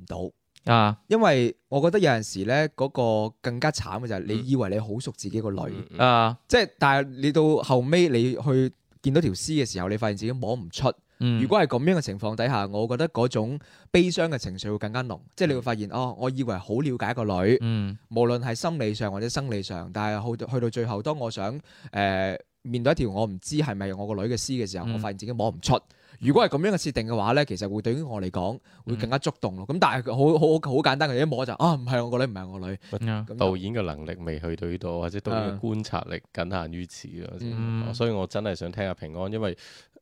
到。
啊，
因為我覺得有陣時咧，嗰、個更加慘嘅就係你以為你好熟自己個女，
嗯
啊，
即係但係你到後尾你去見到條屍嘅時候，你發現自己摸唔出。
嗯，
如果係咁樣嘅情況底下，我覺得嗰種悲傷嘅情緒會更加濃，即係你會發現哦，我以為好了解個女，
嗯
無論係心理上或者生理上，但係去到去到最後，當我想誒、呃面對一條我唔知係咪我個女嘅屍嘅時候，
嗯
我發現自己摸唔出。如果係咁樣嘅設定嘅話咧，其實會對於我嚟講會更加觸動咯。咁、但係好好好好簡單，佢一摸就啊唔係我個女，唔係我個女。
啊
咁
導演嘅能力未去到呢度，或者導演
嗯
嘅觀察力僅限於此咯。哦
嗯
所以我真係想聽下平安，因為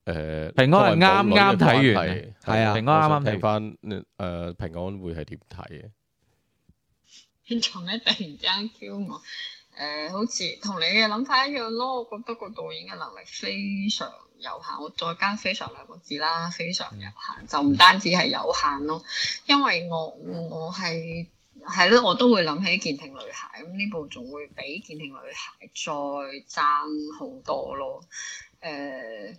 呃誒
平安係啱啱睇完嘅
係啊
平安啱啱睇
睇翻誒呃平安會係點睇嘅？
天堂咧突然間 Q 我，誒、好似同你嘅諗法一樣咯。我覺得個導演嘅能力非常有限，我再加非常兩個字啦，非常有限，就唔單止係有限咯。因為我我係係咯，我都會諗起《健聽女孩》咁呢部，仲會比《健聽女孩》再爭好多咯。呃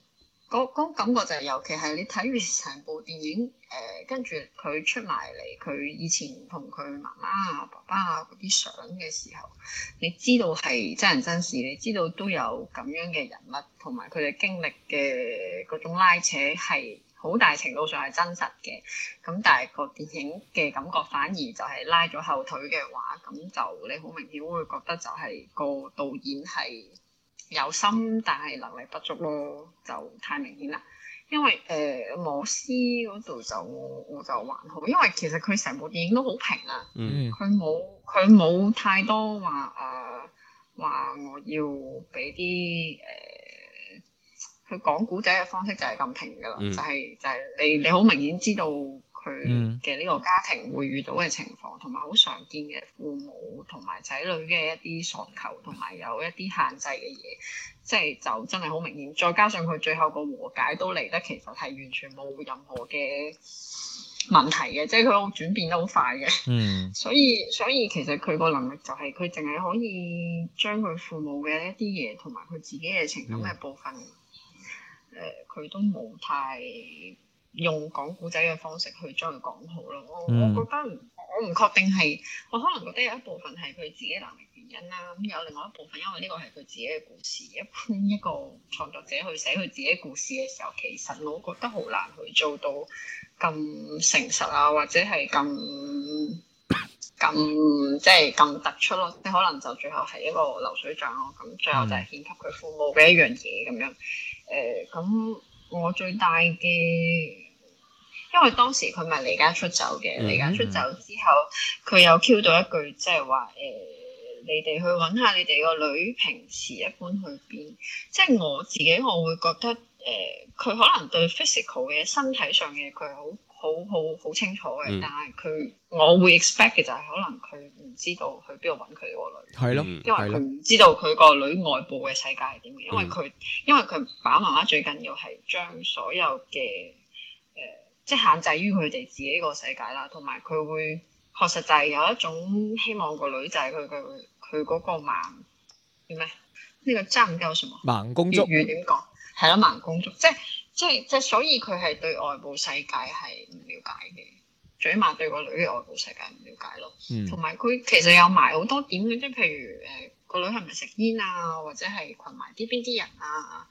誒、嗰嗰種感覺就係、尤其係你睇完成部電影，誒、呃跟住佢出埋嚟，佢以前同佢媽媽啊、爸爸啊嗰啲相嘅時候，你知道係真人真事，你知道都有咁樣嘅人物同埋佢哋經歷嘅嗰種拉扯係好大程度上係真實嘅。咁但係個電影嘅感覺反而就係拉咗後腿嘅話，咁就你好明顯會覺得就係個導演係有心，但係能力不足咯，就太明顯啦。因為誒、呃、摩斯嗰度就我我就還好，因為其實佢成部電影都好平啊，
嗯
佢冇佢冇太多話誒話我要俾啲誒。呃佢講古仔嘅方式就係咁平㗎啦，
嗯
就係、就係、你你好明顯知道佢
嗯
嘅呢個家庭會遇到嘅情況，同埋好常見嘅父母同埋仔女嘅一啲訴求，同埋有一啲限制嘅嘢，即係就真係好明顯。再加上佢最後個和解都嚟得其實係完全冇任何嘅問題嘅，即係佢好轉變得好快嘅。
嗯
所以所以其實佢個能力就係佢淨係可以將佢父母嘅一啲嘢同埋佢自己嘅情感嘅部分，誒、呃佢、都冇太用講古仔嘅方式去將佢講好咯。我
嗯
我覺得唔我唔確定係，我可能覺得有一部分係佢自己能力原因啦，咁有另外一部分因為呢個係佢自己嘅故事。一般一個創作者去寫佢自己故事嘅時候，其實我覺得好難去做到咁誠實啊，或者係咁。咁即係咁突出咯，即係可能就最後係一個流水帳咯。咁最後就係獻給佢父母嘅一樣嘢咁樣。誒、咁我最大嘅，因為當時佢咪離家出走嘅，
嗯
離家出走之後，佢有 Q 到一句即係話誒，你哋去揾下你哋個女平時一般去邊。即係我自己，我會覺得誒，佢、可能對 physical 嘅身體上嘅佢好好好好清楚嘅，
嗯
但係佢我會 expect 嘅就係可能佢唔知道去邊度揾佢個女。
係咯嗯
因為
係
佢
咯
唔知道佢個女外部嘅世界係點嘅，因為
嗯
佢、因為佢爸爸媽媽最緊要係將所有嘅誒、呃即係限制於佢哋自己個世界啦，同埋佢會確實就係有一種希望個女仔佢佢佢嗰個盲叫咩？呢、個爭唔夠什麼？
盲公
粵
竹
語點講？係咯，盲公竹，即係即係即係，所以佢係對外部世界係唔了解嘅，最起碼對個女嘅外部世界唔了解咯。
嗯
同埋佢其實有埋好多點嘅，即係譬如誒、呃、個女係咪食煙啊，或者係群埋啲邊啲人啊，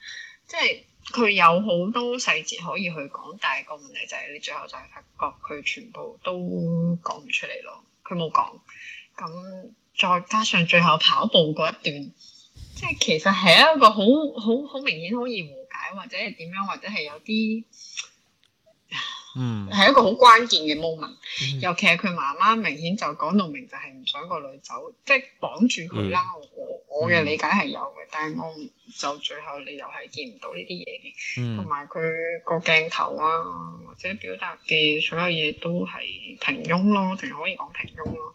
即係佢有好多細節可以去講，但係個問題就係你最後就係發覺佢全部都講唔出嚟咯，佢冇講。咁再加上最後跑步嗰一段。即係其實係一個好好好明顯可以和解，或者係點樣，或者係有啲
嗯
係一個好關鍵嘅 moment。尤其係佢媽媽明顯就講到明，就係唔想個女走，即係綁住佢啦。我我嘅理解係有嘅，但係我就最後你又係見唔到呢啲嘢嘅，
嗯
同埋佢個鏡頭啊，或者表達嘅所有嘢都係平庸咯，淨係可以講平庸咯。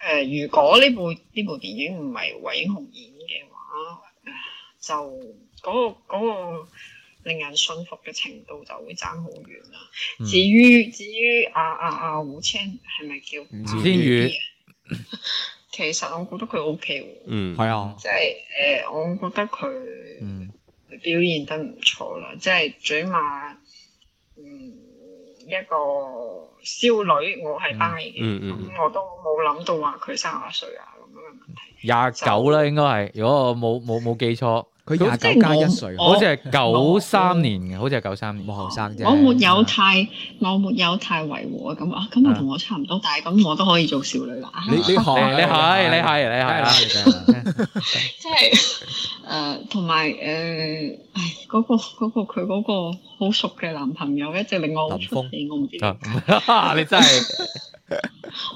誒、如果呢部呢部電影唔係惠英紅演嘅話，就嗰、個嗰個令人信服嘅程度就會爭好遠啦。
嗯
至於至於啊啊啊胡青係咪叫啊
知天宇
其實我覺得佢 O K 喎，
嗯，系啊，
即係誒、我覺得佢
嗯
表現得唔錯啦，即係最起碼嗯一個少女，我係 buy 嘅，咁、
嗯嗯嗯
我都冇諗到話佢三十歲啊咁樣嘅問題。
廿九啦，應該係，如果我冇冇冇記錯，
佢29加一歲啊
好似
哦
係
啊
九三年嘅，好似係九三年，
冇後生
我沒有太，我沒有太違和咁啊，咁我同我差唔多，但係咁我都可以做少女啦。
你你學啊
你係你係你係
梗係啦
即係誒，同埋誒，唉，嗰、個嗰、個佢嗰個好熟嘅男朋友一直令我好出戲，我唔知點解，
啊 你真係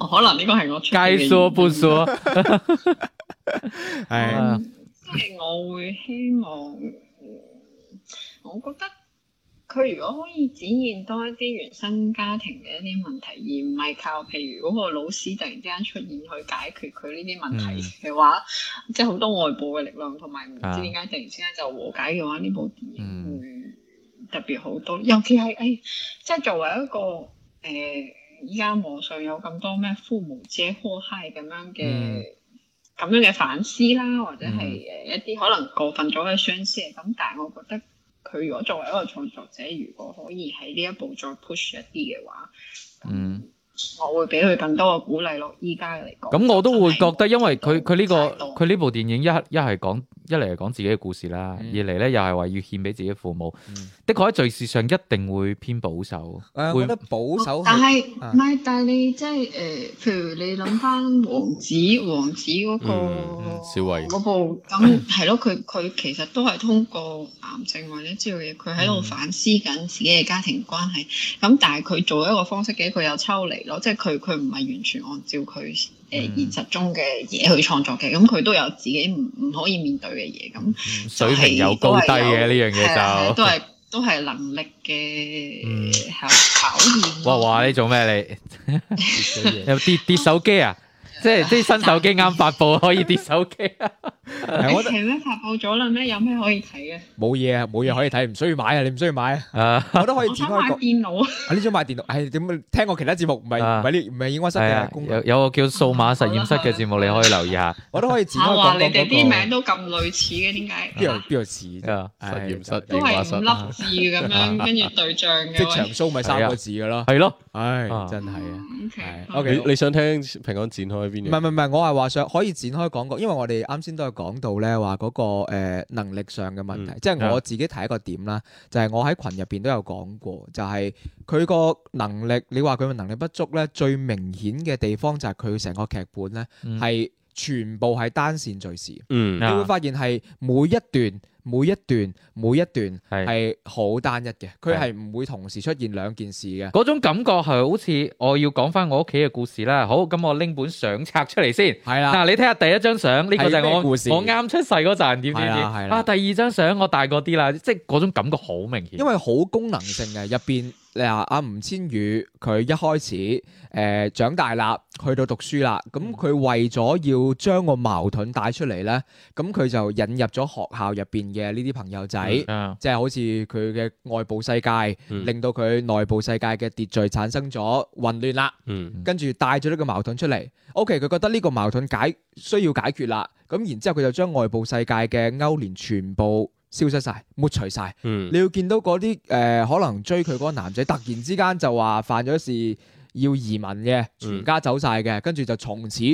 我可能呢個係我出戲嘅
該
原因
說不 說，
嗯即係我會希望，嗯我覺得佢如果可以展現多一啲原生家庭嘅一啲問題，而唔係靠譬如嗰個老師突然之間出現去解決佢呢啲問題嘅話，即係好多外部嘅力量同埋唔知點解突然之間就和解嘅話，呢部電影會特別好多。尤其係誒、哎即係作為一個誒，依、家網上有咁多咩父母姐呵嗨咁樣嘅。
嗯
咁樣嘅反思啦，或者係誒
嗯
一啲可能過分咗嘅宣泄咁，但係我覺得佢如果作為一個創作者，如果可以喺呢一步再 push 一啲嘅話，
嗯。
我會俾佢更多嘅鼓勵咯。依家嚟講，
咁我都會覺得，因為佢佢呢個佢呢部電影一一係講一嚟係講自己嘅故事啦，
嗯
二嚟咧又係話要獻俾自己父母。的確喺敘事上一定會偏保守，
誒我
會
覺得保守係
哦但係唔
啊
係，但係你即係誒，譬如你諗翻王子，王子嗰、個。
嗯
小慧
嗰部 咁係咯，佢佢其實都係通過癌症或者之類嘅，佢喺
嗯
度反思緊自己嘅家庭關係。咁但係佢做一個方式嘅，佢有抽離咯，即係佢佢唔係完全按照佢誒、呃
嗯
現實中嘅嘢去創作嘅，咁佢都有自己唔唔可以面對嘅嘢咁。
水平有高低嘅呢樣
係啊係啊
嘢
都
就。
係都係能力嘅考考驗。
嗯哇哇！你做咩你？有跌跌手機啊！即係啲新手機啱發布可以跌手機 啊！
哎
我前面發布咗啦咩？有咩可以睇嘅？
冇嘢啊，冇嘢可以睇，唔需要買啊，你唔需要買
啊，
我都可以
我
展
想
開
買
個。
電腦。
啊呢張買電腦，唉點啊聽我其他節目唔係唔係呢唔係影畫室
係啊
嘅工，具
有有個叫數碼實驗室嘅節目，你可以留意 下。
我都可以 展
嚇
開
話
講
你
講
哋啲
嗰
名都咁類似嘅，點解？
個邊度邊度似啫
啊，
唉
實驗室
都係五粒字 咁樣，跟住對象嘅。
職場 show 咪三個字嘅咯，
係啊嗯咯，
唉
啊
真係啊。
喂
O
你
K，
你想聽平安展開邊
唔
樣？
係唔係唔係，我係話想可以展開講講，因為我哋啱先都有講到咧話嗰個誒能力上嘅
嗯
問題，即係
啊
我自己睇一個點啦，就係我喺群入邊都有講過，就係佢個能力，你話佢嘅能力不足咧，最明顯嘅地方就係佢成個劇本咧
嗯
係全部係單線敘事，
嗯
啊
你會發現係每一段每一段每一段
係
係好單一嘅，佢
係
係唔會同時出現兩件事嘅。
嗰種感覺係好似我要講翻我屋企嘅故事啦。好，咁我拎本相冊出嚟先。
係啦，
嗱，你睇下第一張相，呢、個就係
啊係咩
我
故事
我啱出世嗰陣點點點
係啦係啦
啊。第二張相我大個啲啦，即係嗰種感覺好明顯。
因為好功能性嘅入邊，你話阿吳千語佢一開始誒、呃、長大啦，去到讀書啦，咁
嗯
佢為咗要將個矛盾帶出嚟咧，咁佢就引入咗學校入邊嘅呢啲朋友仔。
啊
即係好似佢嘅外部世界，
嗯
令到佢內部世界嘅秩序產生咗混亂啦，
嗯
跟住帶咗呢個矛盾出嚟。O.K. 佢覺得呢個矛盾解需要解決啦，咁然之後佢就將外部世界嘅勾連全部消失晒、抹除晒。
嗯
你要見到嗰啲誒可能追佢嗰個男仔，突然之間就話犯咗事要移民
嗯
嘅，全家走晒嘅，跟住就從此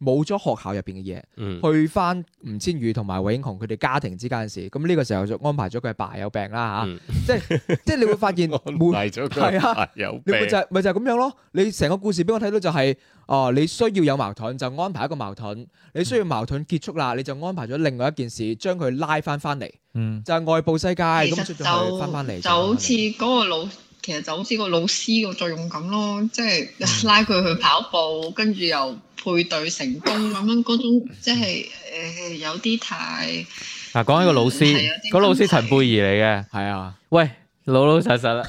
冇咗學校入邊嘅嘢。
嗯
去翻吳千語同埋韋英雄佢哋家庭之間嘅事，咁呢個時候就安排咗佢阿爸有病
啊
啦
嗯
吓，即係即係你會發 現每
安排
係
咗佢
啊
係有
你
病，
咪就係咪就係咁樣咯？你成個故事俾我睇到就係哦，你需要有矛盾就安排一個矛盾，你需要矛盾結束啦，你就安排咗另外一件事，將佢拉翻翻嚟，
嗯
就係外部世界
其
咁
實
出咗去
就
翻翻嚟，
就好似嗰個老，其實就好似個老師個作用咁咯，即
嗯
係 拉佢去跑步，跟住又配對成功咁樣嗰種，即係誒有啲太
嗱，講起個老
嗯係
師
有，啲
個老師
問題
陳貝兒嚟嘅。
係啊，
喂，老老實實 啦，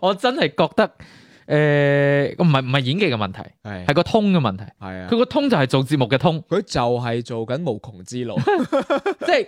我真係覺得诶，唔係唔係演技嘅問題，
係
係個通嘅問題。
係啊
佢，個通就係做節目嘅 通，
佢就係做緊無窮之路，
即係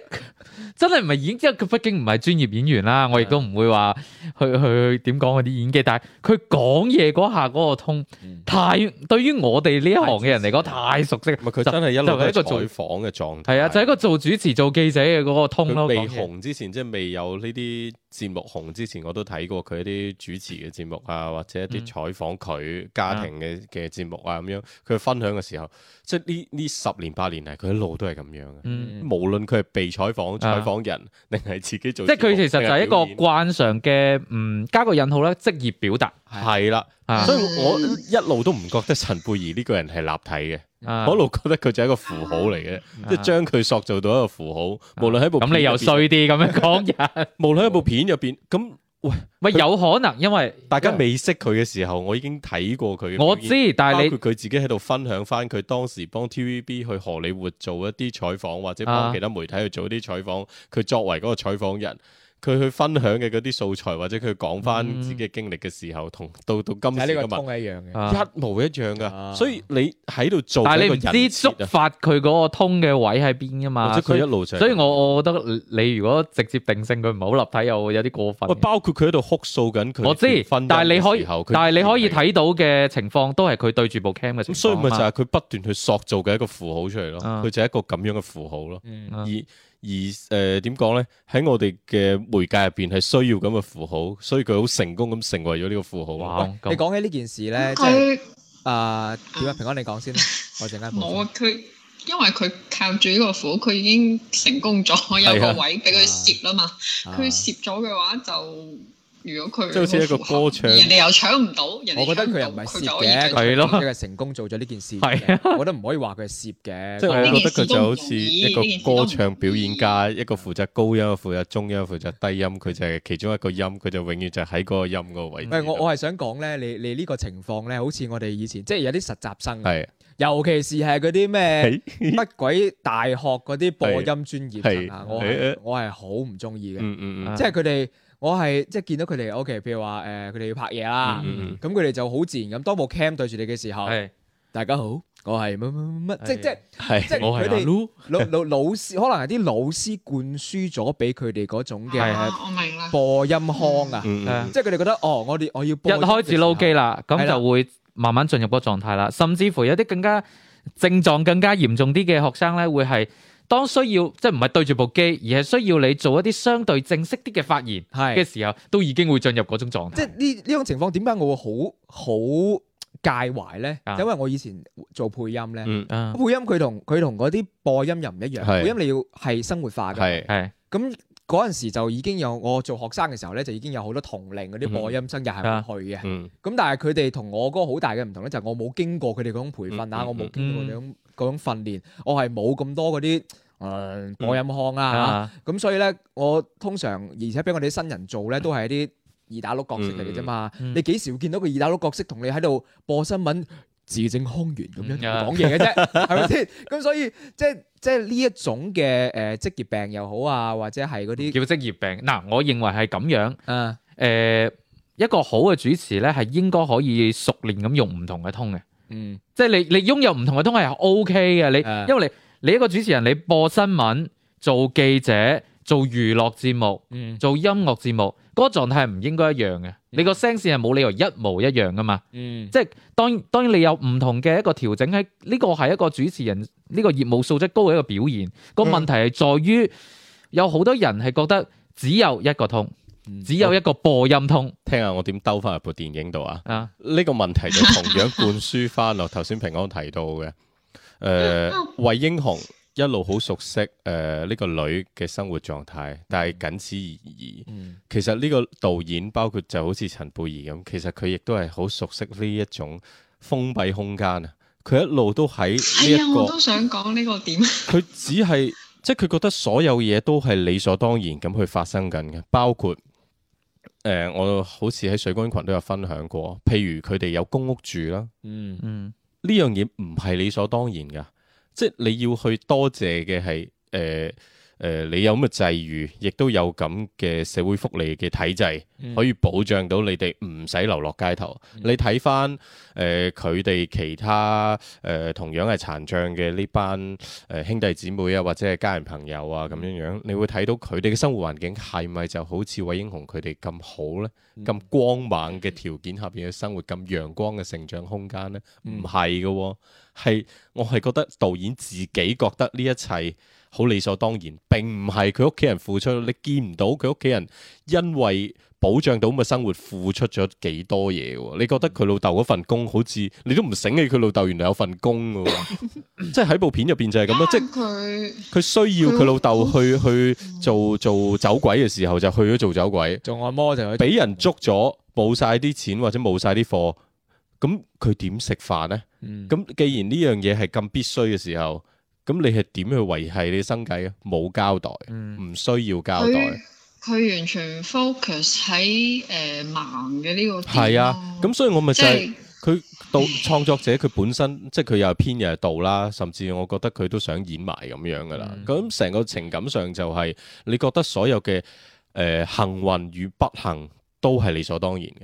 真係唔係演，因為佢畢竟唔係專業演員啦，我亦都唔會話去去去點講嗰啲演技，但係佢講嘢嗰下嗰個通
嗯
太，對於我哋呢一行嘅人嚟講太熟悉，
唔係佢真係一
就
路
係
喺
一個
個
做
採訪嘅狀態，
係啊，就係一個做主持做記者嘅嗰個通
佢
咯。
未
講嘢
紅之前，即係未有呢啲節目紅之前，我都睇過佢一啲主持嘅節目啊，或者一
嗯
啲採訪佢家庭嘅嘅節目啊咁樣。佢分享嘅時候，即係呢呢十年八年嚟，佢一路都係咁樣嘅。
嗯。
無論佢係被採訪、
啊
採訪人，定係自己做
即
節目，
係佢其實就係一個
定係表
慣常嘅，嗯，加個引號咧，職業表達
演係啦。
啊
所以我一路都唔覺得陳貝兒呢個人係立體嘅，
啊
我一路覺得佢就係一個符號嚟嘅，即係將佢塑造到一個符號。無論喺部
咁你又
片入邊，
衰啲咁樣 講人，
無論喺部片入邊，咁喂。
喂，有可能因為
大家未識佢嘅時候，我已經睇過佢嘅表演。
我知，但係
包
你
括佢自己喺度分享翻佢當時幫 TVB 去荷里活做一啲採訪，或者
啊
幫其他媒體去做一啲採訪。佢、作為嗰個採訪人，佢去分享嘅嗰啲素材，或者佢講
嗯
翻自己嘅經歷嘅時候，同、到到今
睇
時
呢
今
個
日
通一樣嘅。
啊
一模一樣噶。
啊
所以你喺度做
但係
緊一
你
個
唔
人
知
設
觸發佢嗰個通嘅位喺邊噶
啊，
嘛，
或者
所
佢
以
一路上，
所以我我覺得你如果直接定性佢唔好立體，又有啲過分
喂。包括佢喺度哭訴緊佢
我知
結婚，
但係你可
嘅
以
時候，佢
但係你可以
自己
睇到嘅情況都係佢對住部 cam 嘅情況
咁所以咪就
啊
係佢不斷去塑造嘅一個符號出嚟咯，
啊
佢就係一個咁樣嘅符號咯。
嗯
啊
而而誒點講咧？喺我哋嘅媒介入邊係需要咁嘅符號，所以佢好成功咁成為咗呢個符號。啊
哇，咁
你講起呢件事咧，即係
佢
啊點啊？平安你講先啦，我陣間補充
冇啊佢。因為佢靠住呢個符，佢已經成功咗，有
係啊
個位俾佢攝啦嘛。
啊
佢攝咗嘅話就，如果佢
即係好似一個歌唱
人哋又搶唔到，人哋
我覺得
搶
佢又唔
唔到
係
佢
攝
就可以
嘅，
繼
係
佢
續
咯
只係成功做咗呢件事。
係啊
我覺得唔可以話佢係攝嘅。
即係我覺得佢就好
呢
似
件事
一
都
個
唔易
歌唱表演家，一個負責高音，一個負責中音，一個負責低音，佢就係其中一個音，佢就永遠就喺嗰個音嗰個位置
唔
度。
係我我係想講咧，你你呢個情況咧，好似我哋以前即係有啲實習生，啊
係
尤其是係嗰啲咩乜鬼大學嗰啲播音專業生啊
係，
我
係
係
啊
我係好唔中意嘅，
嗯嗯嗯
即係佢哋我係即係見到佢哋，OK，譬如話誒佢哋要拍嘢啦
嗯，嗯
咁佢哋就好自然咁，當部 cam 對住你嘅時候，
係
大家好，我係乜乜乜乜，即
係
即。
嗯，係
即係
我係
佢
阿
哋老老老師，可能係啲老師灌輸咗俾佢哋嗰種
係
嘅
啊我明啦。
播音腔啊，
嗯
啊
嗯
即係佢哋覺得哦，我哋我要
一
播音嘅時候
開始撈機啦，咁
係啦
就會慢慢進入嗰個狀態啦。甚至乎有啲更加症狀更加嚴重啲嘅學生咧，會係當需要即係唔係對住部機，而係需要你做一啲相對正式啲嘅發言嘅
係，
時候，都已經會進入嗰種狀態。
即係呢呢種情況點解我會好好介懷咧
啊？
因為我以前做配音咧，
嗯
啊
配音佢同佢同嗰啲播音又唔一樣，
係
配音你要係生活化嘅。
嗯係
係
咁嗰陣時就已經有我做學生嘅時候咧，就已經有好多同齡嗰啲播音生又係會去嘅。
嗯
咁但係佢哋同我嗰個好大嘅唔同咧，就係我冇經過佢哋嗰種培訓啊，
嗯嗯
我冇經過嗰種嗰種訓練，我係冇咁多嗰啲
嗯
誒播音腔啦
啊
嚇咁所以咧，我通常而且俾我哋啲新人做咧，都係一啲二打六角色嚟嘅啫嘛。
嗯嗯
你幾時會見到個二打六角色同你喺度播新聞字正腔圓咁樣同你
嗯啊
講嘢嘅啫？ 係咪先？咁所以即係即係呢一種嘅誒職業病又好啊，或者係嗰啲
叫職業病。嗱，我認為係咁樣。
啊
誒、一個好嘅主持咧，係應該可以熟練咁用唔同嘅通嘅，
嗯
即係你你擁有唔同嘅通係 O K 嘅。你、
誒
因為你你一個主持人，你播新聞、做記者、做娛樂節目、
嗯
做音樂節目，嗰、個狀態係唔應該一樣嘅。你個聲線係冇理由一模一樣噶嘛。
嗯
即係當然當然你有唔同嘅一個調整喺呢個係一個主持人呢、個業務素質高嘅一個表現。個問題係在於有好多人係覺得只有一個通，
嗯
只有一個播音通
聽下我點兜翻入部電影度
嗯
啊！
啊。
呢個問題就同樣灌輸翻落頭先平安提 到嘅，
嗯
诶、惠英雄一路好熟悉呃诶呢、個女嘅生活狀態，但係僅此而已。其實呢個導演包括就好似陳貝兒咁，其實佢亦都係好熟悉呢一種封閉空間啊！佢一路都喺呢
係啊，
一
我
個
都，想講呢個點。啊
佢只係即係佢覺得所有嘢都係理所當然咁去發生緊嘅，包括。誒、我好似喺水軍群都有分享過，譬如佢哋有公屋住啦，
嗯
嗯
呢樣嘢唔係理所當然噶，即係你要去多謝嘅係誒誒，你有咁嘅際遇，亦都有咁嘅社會福利嘅體制，可以保障到你哋唔使流落街頭。你睇翻誒佢哋其他誒、呃同樣係殘障嘅呢班誒、呃兄弟姊妹啊，或者係家人朋友啊咁樣樣，你會睇到佢哋嘅生活環境係咪就好似惠英雄佢哋咁好呢？咁光猛嘅條件下邊嘅生活，咁陽光嘅成長空間呢？唔係嘅喎，係我係覺得導演自己覺得呢一切好理所當然，並唔係佢屋企人付出，你見唔到佢屋企人因為保障到咁嘅生活付出咗幾多嘢喎？你覺得佢老豆嗰份工好似你都唔醒起佢老豆原來有份工嘅喎，即係喺部片入邊就係咁哦咯，即係
佢
佢需要佢老豆去去做做走鬼嘅時候就去咗做走鬼。
做按摩就去
俾人捉咗，冇晒啲錢或者冇晒啲貨，咁佢點食飯呢？
嗯
咁、既然呢樣嘢係咁必須嘅時候，咁你係點去維係你嘅生計啊？冇交代，唔、
嗯
嗯
需要交
佢啊
代，
佢完全 focus 喺誒盲嘅呢個點
係啊
咯。
咁所以我咪就
即
係
係
佢到創作者佢本身，即係佢又係編又係導啦，甚至我覺得佢都想演埋咁樣噶啦。咁成、個情感上就係、你覺得所有嘅誒、呃幸運與不幸都係理所當然嘅。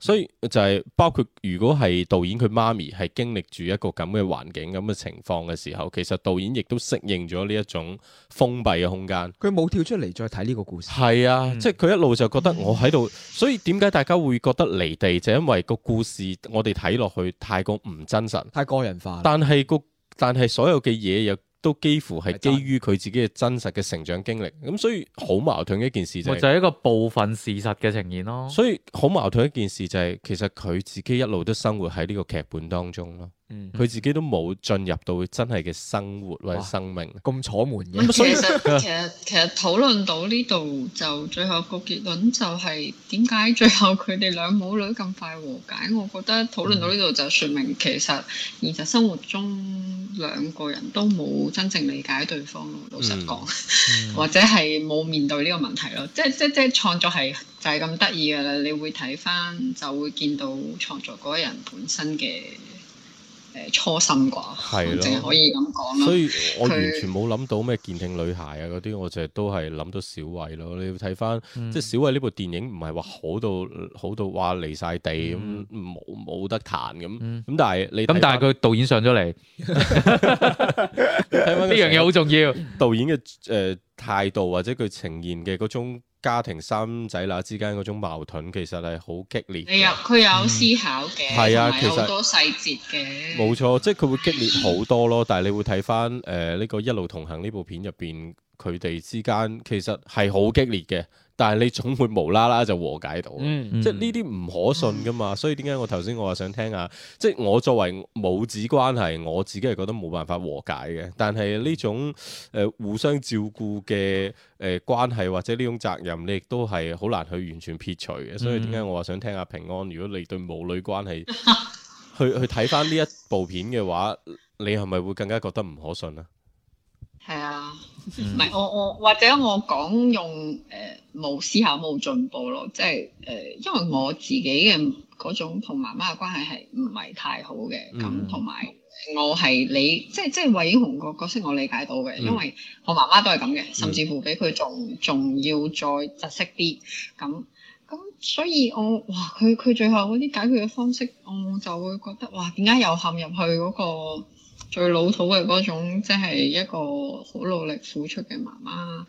所以就係包括如果係導演佢媽咪係經歷住一個咁嘅環境咁嘅情況嘅時候，其實導演亦都適應咗呢一種封閉嘅空間。
佢冇跳出嚟再睇呢個故事。
係啊，
嗯
即係佢一路就覺得我喺度，所以點解大家會覺得離地，就因為個故事我哋睇落去太過唔真實，
太個人化啦，
但係個但係所有嘅嘢又都幾乎係
係真
基於佢自己嘅真實嘅成長經歷，咁所以好矛盾嘅一件事就
咪
係、
就係一個部分事實嘅呈現咯。
所以好矛盾一件事就係、其實佢自己一路都生活喺呢個劇本當中咯，
嗯
佢自己都冇進入到真係嘅生活或者生命。
咁楚門嘅。
咁其實其實其實討論到呢度，就最後個結論就係點解最後佢哋兩母女咁快和解？我覺得討論到呢度就説明其實現實生活中兩個人都冇真正理解對方咯。老實講，
嗯
或者係冇面對呢個問題咯。即即即創作係就係咁得意㗎啦。你會睇翻就會見到創作嗰個人本身嘅。誒初心啩，
係咯
淨係可以咁講啦。
所以我
佢
完全冇諗到咩健聽女孩啊嗰啲，我就都係諗到小慧咯。你要睇翻，
嗯
即係小慧呢部電影唔係話好到好到話離晒地咁，冇冇得彈咁。咁但係你
嗯咁但係
佢
佢導演上咗嚟，呢樣嘢好重要。
導演嘅誒態度或者佢呈現嘅嗰種家庭三仔乸之間嗰種矛盾，其實係好激烈嘅。
你有啊佢有思考嘅，同
啊嗯係啊
埋
其
有
實
好多細節嘅。
冇錯，即係佢會激烈好多咯。但係你會睇翻誒呢個一路同行呢部片入邊，佢哋之間其實係好激烈嘅，但係你總會無啦啦就和解到。
嗯
即係呢啲唔可信噶 嘛，所以點解我頭先我話想聽下，即係我作為母子關係，我自己係覺得冇辦法和解嘅。但係呢種誒、呃互相照顧嘅誒關係或者呢種責任，你亦都係好難去完全撇除嘅。所以點解我話想聽下平安，如果你對母女關 係去去睇翻呢一部片嘅話，你係咪會更加覺得唔可信啊？
係啊，唔係我我或者我講用誒冇、思考冇進步咯，即係誒，因為我自己嘅嗰種同媽媽嘅關係係唔係太好嘅，咁同埋我係理即係即係魏英雄個角色我理解到嘅，
嗯
因為我媽媽都係咁嘅，甚至乎比佢仲仲要再窒息啲咁。咁所以我哇，佢佢最後嗰啲解決嘅方式，我就會覺得哇，點解又陷入去嗰、個最老土嘅嗰種，即係一個好努力付出嘅媽媽，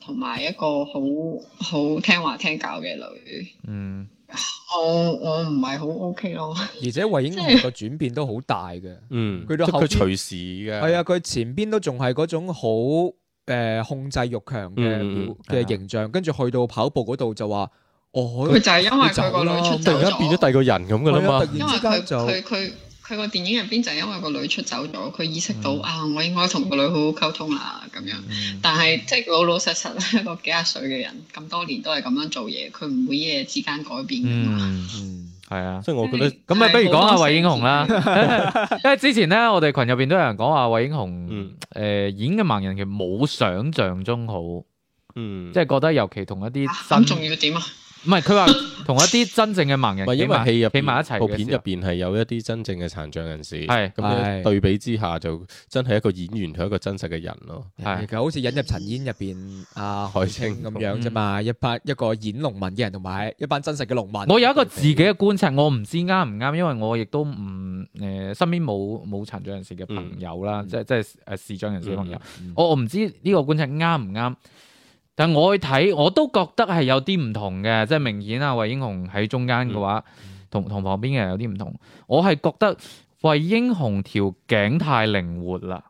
同埋一個好好聽話聽教嘅女。
嗯，
我我唔係好 OK 咯，
而且魏英雄個轉變都好大嘅。
嗯，
佢到
即係
後邊
佢隨時嘅，
係啊，佢前邊都仲係嗰種好诶、呃控制欲強嘅
嗯
表嘅形象，跟住去到跑步嗰度就話：哦，
佢就係因為
你走
佢個
啦
女出
咁
突
走
然間變咗
咗，
第二個人咁噶啦
係啊
嘛，
突
因
然
為
之
佢
間就
佢佢佢個電影入邊就係因為個女出走咗，佢意識到、
嗯
啊，我應該同個女好好溝通啦咁樣。但係即係老老實實 咧，一個幾廿歲嘅人咁多年都係咁樣做嘢，佢唔會一夜之間改變㗎嘛。
嗯，系啊。
即係我覺得
咁啊，不如講下魏英雄啦，
係
因為之前咧，我哋群入邊都有人講話魏英雄
嗯
诶演嘅盲人其實冇想象中好，
嗯，
即係覺得尤其同一
咁
啲真
仲要點啊？
唔係佢話同一啲真正嘅盲人
唔係
企
因為
埋
戲入
企埋一
邊
齊
部
嘅
片
時
入
候
邊係有一啲真正嘅殘障人士，
係
咁樣
係
對比之下就真係一個演員同一個真實嘅人咯。
係
佢好似引入塵煙入邊阿海清咁樣啫嘛，一班一個演農民嘅人同埋一班真實嘅農民。
我有一個自己嘅觀察，我唔知啱唔啱，因為我亦都唔誒、身邊冇冇殘障人士嘅朋友啦，即係即係誒視障人士嘅朋友，我我唔知呢個觀察啱唔啱。但我去睇，我都覺得係有啲唔同嘅，即係明顯啊，魏英雄喺中間嘅話，
嗯
同同旁邊嘅人有啲唔同。我係覺得魏英雄條頸太靈活啦，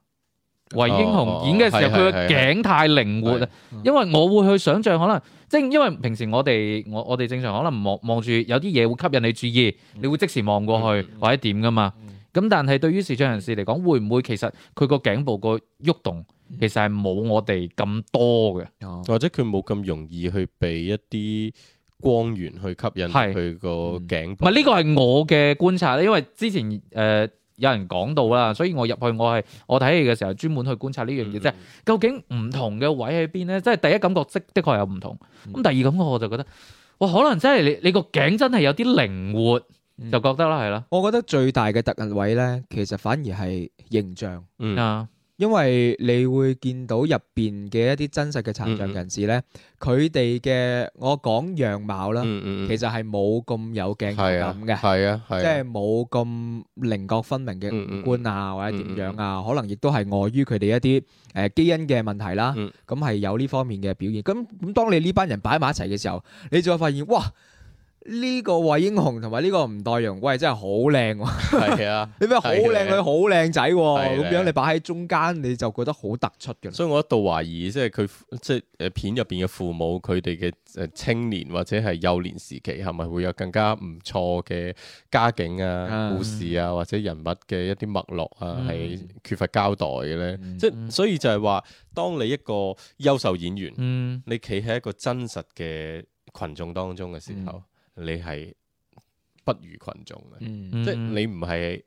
魏英雄演嘅時候，佢嘅
哦哦哦哦係係係
頸太靈活啊啦
係，
因為我會去想像可能。即係因為平時我哋我我哋正常可能望望住有啲嘢會吸引你注意，你會即時望過去或者點噶嘛。咁但係對於視障人士嚟講，會唔會其實佢個頸部個喐動其實係冇我哋咁多嘅？
哦
或者佢冇咁容易去被一啲光源去吸引
係
佢個頸
唔
部。
係呢個係我嘅觀察咧，因為之前誒、呃有人講到啦，所以我入去我係我睇戲嘅時候專門去觀察呢樣嘢，即係、究竟唔同嘅位喺邊咧？即係第一感覺即的確有唔同，咁、第二感覺我就覺得，哇，可能真係你你個頸真係有啲靈活，
嗯
就覺得啦係啦。
我覺得最大嘅突位咧，其實反而係形象。
嗯
啊，
因為你會見到入邊嘅一啲真實嘅殘障人士咧，佢哋嘅我講樣貌啦，
嗯嗯，
其實係冇咁有鏡頭
係啊
感嘅，
係啊係啊，
即係冇咁棱角分明嘅
嗯嗯嗯
五官啊，或者點樣啊，可能亦都係礙於佢哋一啲誒基因嘅問題啦
嗯。
咁係有呢方面嘅表現。咁咁當你呢班人擺埋一齊嘅時候，你就會發現哇！呢個魏英雄同埋呢個吳岱融，喂，真係好靚 喎！
係啊。
你咩好靚女、
係嘅
好靚仔喎，
係嘅
咁樣你擺喺中間，你就覺得好突出嘅啦。
所以我一度懷疑，即係佢即係誒片入邊嘅父母，佢哋嘅誒青年或者係幼年時期，係咪會有更加唔錯嘅家境啊、
啊
故事啊，或者人物嘅一啲脈絡啊，
嗯
係、缺乏交代嘅咧？即係所以就係話，當你一個優秀演員，
嗯，
你企喺一個真實嘅群眾當中嘅時候，你係不如群眾嘅，
嗯，
嗯
即係你唔係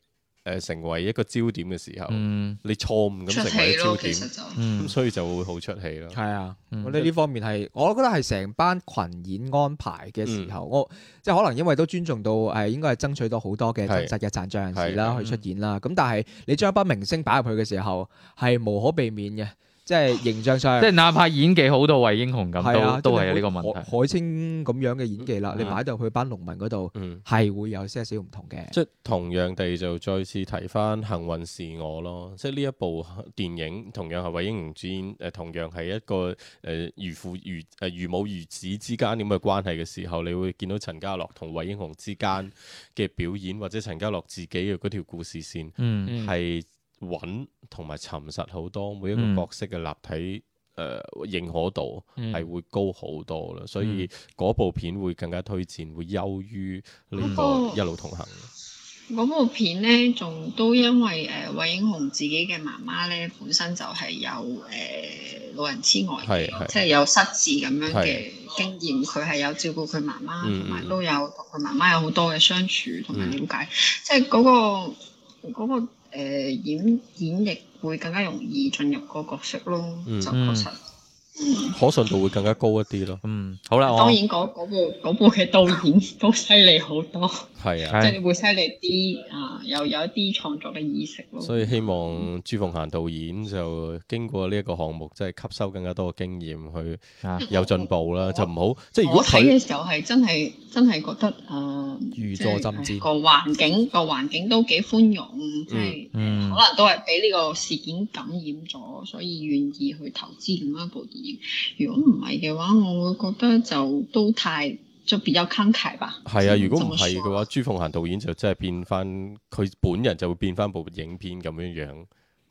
誒成為一個焦點嘅時候，
嗯
你錯誤
出
咁成為
戲
一個焦
咯，其
點。
實就
嗯
咁所以就會好出戲咯。
係啊，
嗯
我覺得呢方面係，我覺得係成班群演安排嘅時
嗯
候，我即係可能因為都尊重到誒，應該係爭取到好多嘅真
係
實嘅殘障人士啦
係嗯
去出現啦。咁但係你將一班明星擺入去嘅時候，係無可避免嘅，即係形象上
即係哪怕演技好到為英雄咁，
係啊，
都都
真
係有呢個
好
問
海
題。嗯
海清咁樣嘅演技啦，你擺到去班農民嗰度
嗯，
係會有些少唔同嘅。
即係同樣地就再次提翻《幸運是我》咯，即係呢一部呃電影同樣係韋英雄主演，誒、同樣係一個誒、呃如父如誒、呃如母如子之間咁嘅關係嘅時候，你會見到陳家樂同韋英雄之間嘅表演，或者陳家樂自己嘅嗰條故事線
嗯
係穩同埋沉實好多，每一個
嗯
角色嘅立體。誒、認可度
嗯
係會高好多啦，所以嗰部片會更加推薦，會優於呢
哦
個一路同行。
嗰部片咧，仲都因為誒、呃、魏英雄自己嘅媽媽咧，本身就係有誒、呃老人痴呆
係係
嘅，即係有失智咁樣
係
嘅經驗，佢係有照顧佢媽媽，
嗯
同
嗯
埋都有同佢媽媽有好多嘅相處同埋了解，即係嗰、個嗰、個呃、演演繹會更加容易進入個角色咯，
嗯
就確實。
可信度會更加高一啲咯。
嗯，好
哦
啦，
當然嗰嗰部嗰部嘅導演都犀利好多，
係
即
啊，
係會犀利啲啊，又有一啲創作嘅意識咯。
所以希望朱鳳娴導演就經過呢一個項目，即係吸收更加多嘅經驗
啊
去有進步啦，就唔好即係如
我
果
睇
佢
嘅時候係真係真係覺得誒，
如
即
坐
係
針氈
個環境個環境都幾寬容，即係
嗯
可能都係俾呢個事件感染咗，所以願意去投資咁樣一部電影。如果唔係嘅話，我會覺得就都太就比較慷慨吧。
係啊，
即
如果
這麼
唔係嘅話，
說，
朱鳳娴導演就真係變翻佢本人就會變翻部影片咁樣樣，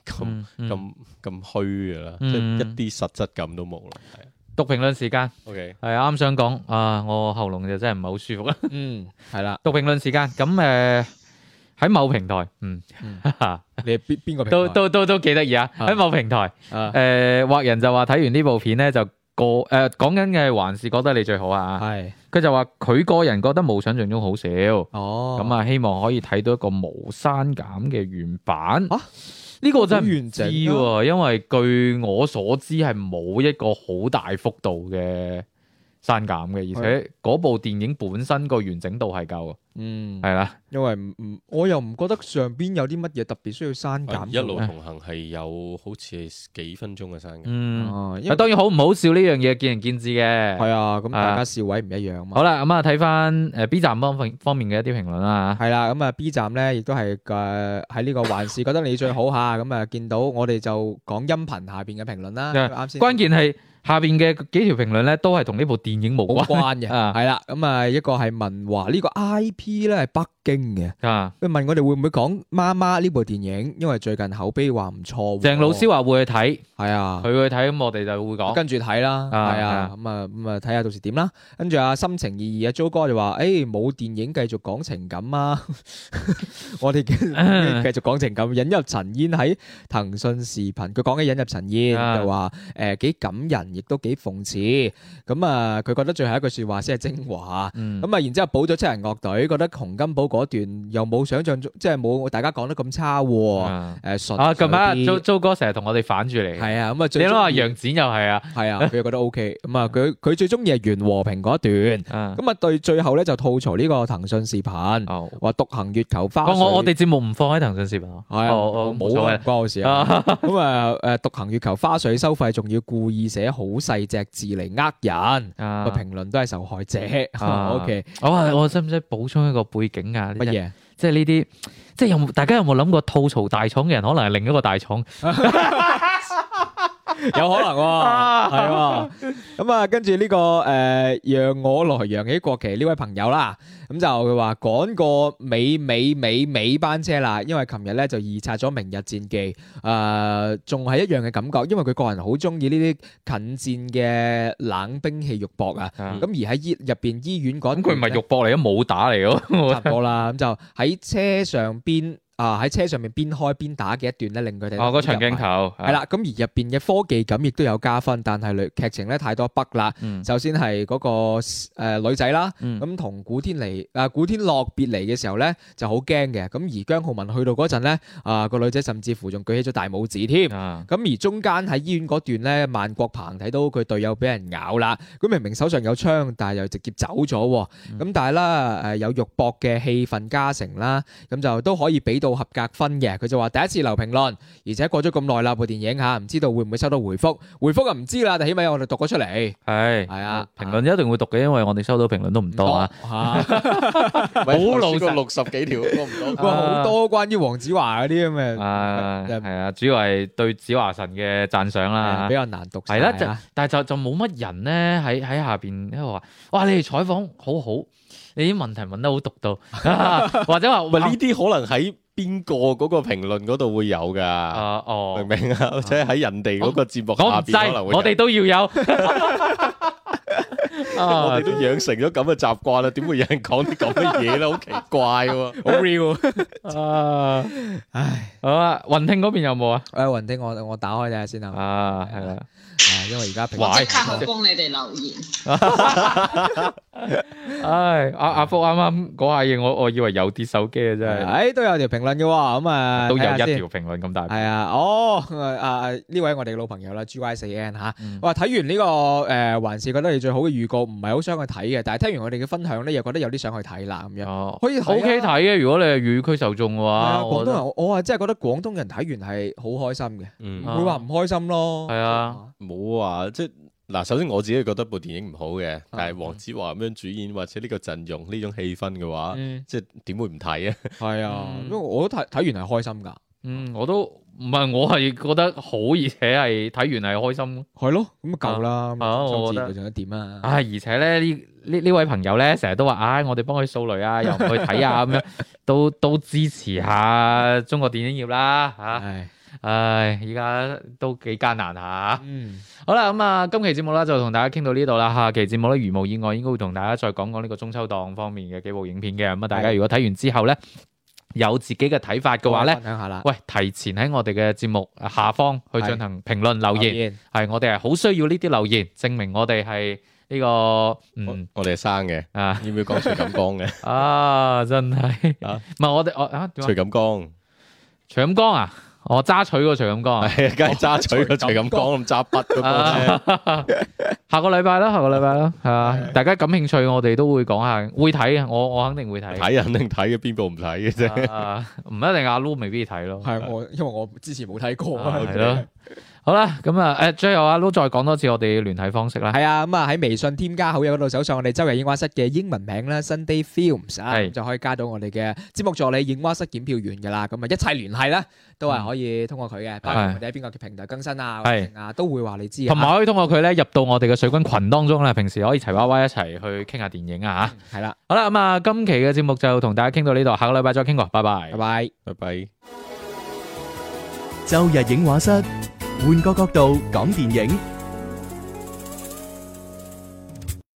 咁
嗯嗯
咁咁虛噶啦，即
嗯
係一啲實質感都冇啦。係啊
讀評論時間
OK，
係啱想講啊，我喉嚨就真係唔係好舒服啦。啊
嗯，系啦，
讀評論時間咁誒喺某平台，嗯，
你係邊边个平台
都都都都幾得意啊！
啊
喺某平台。
啊
誒畫人就話睇完呢部片咧就個誒講緊嘅還是覺得你最好啊！
系
佢就話佢個人覺得冇想象中好少，咁
哦
啊希望可以睇到一個無刪減嘅原版。
啊
呢個我真係唔
好完
知
整啊
喎，因為據我所知係冇一個好大幅度嘅刪減嘅，而且嗰部電影本身個完整度係夠嘅，
嗯，
係啦，
因为唔唔，我又唔觉得上边有啲乜嘢特别需要删
啊
减
一路同行係有好似係幾分鐘嘅生嘅。
嗯，
哦，因
啊
为
當然好唔好笑呢樣嘢見仁見智嘅
系。啊，咁
啊
大家笑位唔一样嘛
好。啦，咁啊睇翻誒 B 站方面方面嘅一啲評論啦嚇
系啦，咁啊 B 站咧，亦都係诶喺呢個 還是覺得你最好吓，咁啊見到我哋就講音頻下边嘅評論啦，因為啱先
啊關鍵係下邊嘅幾條評論咧，都係同呢部電影無
冇
關
關嘅，
啊
係啦，咁啊一個係文華呢個 I P 咧係北京嘅，
啊。
佢問我哋會唔會講媽媽呢部電影，因為最近口碑話唔錯喎，
鄭老師話會去睇，
係啊
佢。會去睇，咁我哋就會講。
跟住睇啦，
啊
係
啊
啊，咁啊咁啊睇下到時點啦。跟住啊，心情意義啊，糟哥就話：，诶，冇電影繼續講情感啊， 我哋繼繼續講情感。引入陳煙喺騰訊視頻，佢講起引入陳煙
啊
就話：诶，幾感人，亦都幾諷刺。咁啊，佢覺得最後一句说話先係精華。
嗯，
咁啊，然之後補咗七人樂隊，覺得洪金寶嗰段又冇想象中，即係冇大家講得咁差喎。
啊，
誒純
啊近排
粹
周
啲
周哥成日同我哋反住嚟，
係啊，咁啊
你
最
諗下
鍾意
楊展又係啊
系 啊，佢又覺得 O K，咁啊，佢佢最中意係袁和平嗰一段，
啊，
咁啊對最後咧就吐槽呢個騰訊視頻，
哦，
話獨行月球花
我哦我我
絮
哋節目唔放喺騰訊視頻啊，
啊係啊，
哦哦冇
冇
所
啊，
謂
唔關我事啊。
啊，
咁啊誒獨行月球花絮收費，仲要故意寫好細隻字嚟呃人，
啊
個評論都係受害者。
啊
O K，
我話我使唔使補充一個背景啊？呢啲
乜？嘢？
即係呢啲，即係有冇大家有冇諗過吐槽大廠嘅人可能係另一個大廠？
有可能
啊
喎，系喎。咁啊，跟住呢個诶，让我來揚起國旗呢位朋友啦，咁就佢話趕過美美美美班車啦，因為琴日咧就二刷咗《明日戰記》，诶，仲係一樣嘅感覺，因為佢個人好中意呢啲近戰嘅冷兵器肉搏啊。
啊
咁而喺醫入边醫院嗰
咁佢唔係肉搏嚟，嘅，武哦打嚟嘅
差唔多啦，咁就喺車上邊啊，喺車上面邊開邊打嘅一段咧，令佢哋
喎。哦，個長鏡頭
系，啊啦，咁而入边嘅科技感亦都有加分，但係女劇情咧太多北啦。
嗯
首先係嗰、個个呃女仔啦，
嗯
咁同、古天尼啊、古天樂別離嘅時候咧就好驚嘅，咁而姜浩文去到嗰陣咧啊個女仔甚至乎仲舉起咗大拇指添。
啊，
咁而中間喺醫院嗰段咧，萬國鵬睇到佢隊友俾人咬啦，佢明明手上有槍，但係又直接走咗喎。
嗯
咁、但係啦，誒有肉搏嘅氣氛加成啦，咁就都可以俾到合格分嘅。佢就話第一次留評論，而且過咗咁耐啦部電影嚇，唔知道會唔會收到回覆？回覆就唔知啦，但起碼我哋讀咗出嚟。
係
係啊
評論一定會讀嘅，因為我哋收到評論都唔多啊。
嚇，
好
老實
六十幾 條都唔到。
哇好多關於黃子華嗰啲咁嘅，
啊，
就
係啊，主要係對子華神嘅讚賞啦
比。較難讀。
係啦，就但係就就冇乜人咧喺喺下邊喺度話，哇！你哋採訪好好，你啲問題問得好獨到， 或者話
唔係呢啲可能喺邊個嗰個評論嗰度會有㗎，
啊
明唔
哦，
明啊？或者喺人哋嗰個節目
我
下
唔制，
邊可能會有
啊我哋都要有。
我哋都養成咗咁嘅習慣啦，點會有人講啲咁嘅嘢咧？好奇怪喎！
好 real 啊！
唉，
好啊，雲聽嗰邊有冇啊？
诶，雲丁，我我打開睇下先啊，
啊，係啦，
啊因為而家平
即刻好幫你哋留言。
唉，阿阿福啱啱嗰下嘢，我我以為有啲手機啊，真係
诶都有條評論嘅喎，咁啊
都有一
睇下
條
先
評論咁大
系。啊，哦，啊啊呢位我哋嘅老朋友啦，G Y 四 N 吓，
嗯
我話睇完呢、個誒、呃還是覺得你最好嘅預告，唔係好想去睇嘅，但係聽完我哋嘅分享咧，又覺得有啲想去睇啦咁樣。
哦
可以睇啊
O K 睇嘅，如果你係粵語區受眾嘅
係啊，
話，
廣
我
東人我我係真係覺得廣東人睇完係好開心嘅，
嗯
唔會話唔開心咯。
係啊，
冇話即係嗱，首先我自己覺得部電影唔好嘅，但係黃子華咁樣主演或者呢個陣容呢種氣氛嘅話，
嗯，
即係點會唔睇啊？
係啊，
嗯
因為我都睇睇完係開心㗎，
嗯，我都唔係，我係覺得好，而且係睇完係開心咯。
係咯，咁夠啦，
啊啊我覺得
佢仲有點啊？
唉，而且咧呢呢呢位朋友咧，成日都話，唉，我哋幫佢掃雷 啊，又唔去睇啊，咁樣都都支持下中國電影業啦，吓、
唉，
唉，依家都幾艱難下、
嗯，
好啦，咁啊，今期節目啦就同大家傾到呢度啦。下期節目咧，如無意外，應該會同大家再講講呢個中秋檔方面嘅幾部影片嘅。咁啊，大家如果睇完之後咧，有自己嘅睇法嘅話咧
分，享下啦，
喂，提前喺我哋嘅節目下方去進行評論留言，
言
係我哋係好需要呢啲留言，證明我哋係呢個嗯
我我哋係生嘅，
啊
要唔要講徐錦江嘅？
啊，真係
啊
唔係我哋我啊點啊
徐錦江
徐錦江啊，我揸取過徐錦江啊。
係啊，梗係揸取個徐錦江咁揸筆嗰個啫。
啊下個禮拜啦，下個禮拜啦，係啊！大家感興趣，我哋都會講下，會睇嘅，啊我我肯定會睇。
睇肯定睇嘅，邊部唔睇嘅啫。
啊唔一定阿 Lu 未必睇咯。啊
係我，因為我之前冇睇過 啊。
係咯。好啦，咁啊，誒，最後阿 Lu 再講多次我哋嘅聯繫方式啦。
系啊，咁啊喺微信添加好友嗰度搜上我哋周日映畫室嘅英文名啦，Sunday Films 啊，
係
咁就可以加到我哋嘅節目助理映畫室檢票員噶啦。咁啊，一切聯繫咧都係可以通過佢嘅，包括我哋喺邊個嘅平台更新啊，
係
或者啊都會話你知
同埋
啊。
可以通過佢咧入到我哋嘅水軍群當中啦，平時可以齊娃娃一齊去傾下電影啊嚇。
係啦，
好啦，咁啊，今期嘅節目就同大家傾到呢度，下個禮拜再傾過，拜拜
拜。拜。
拜拜。
周日影画室，换个角度讲电影。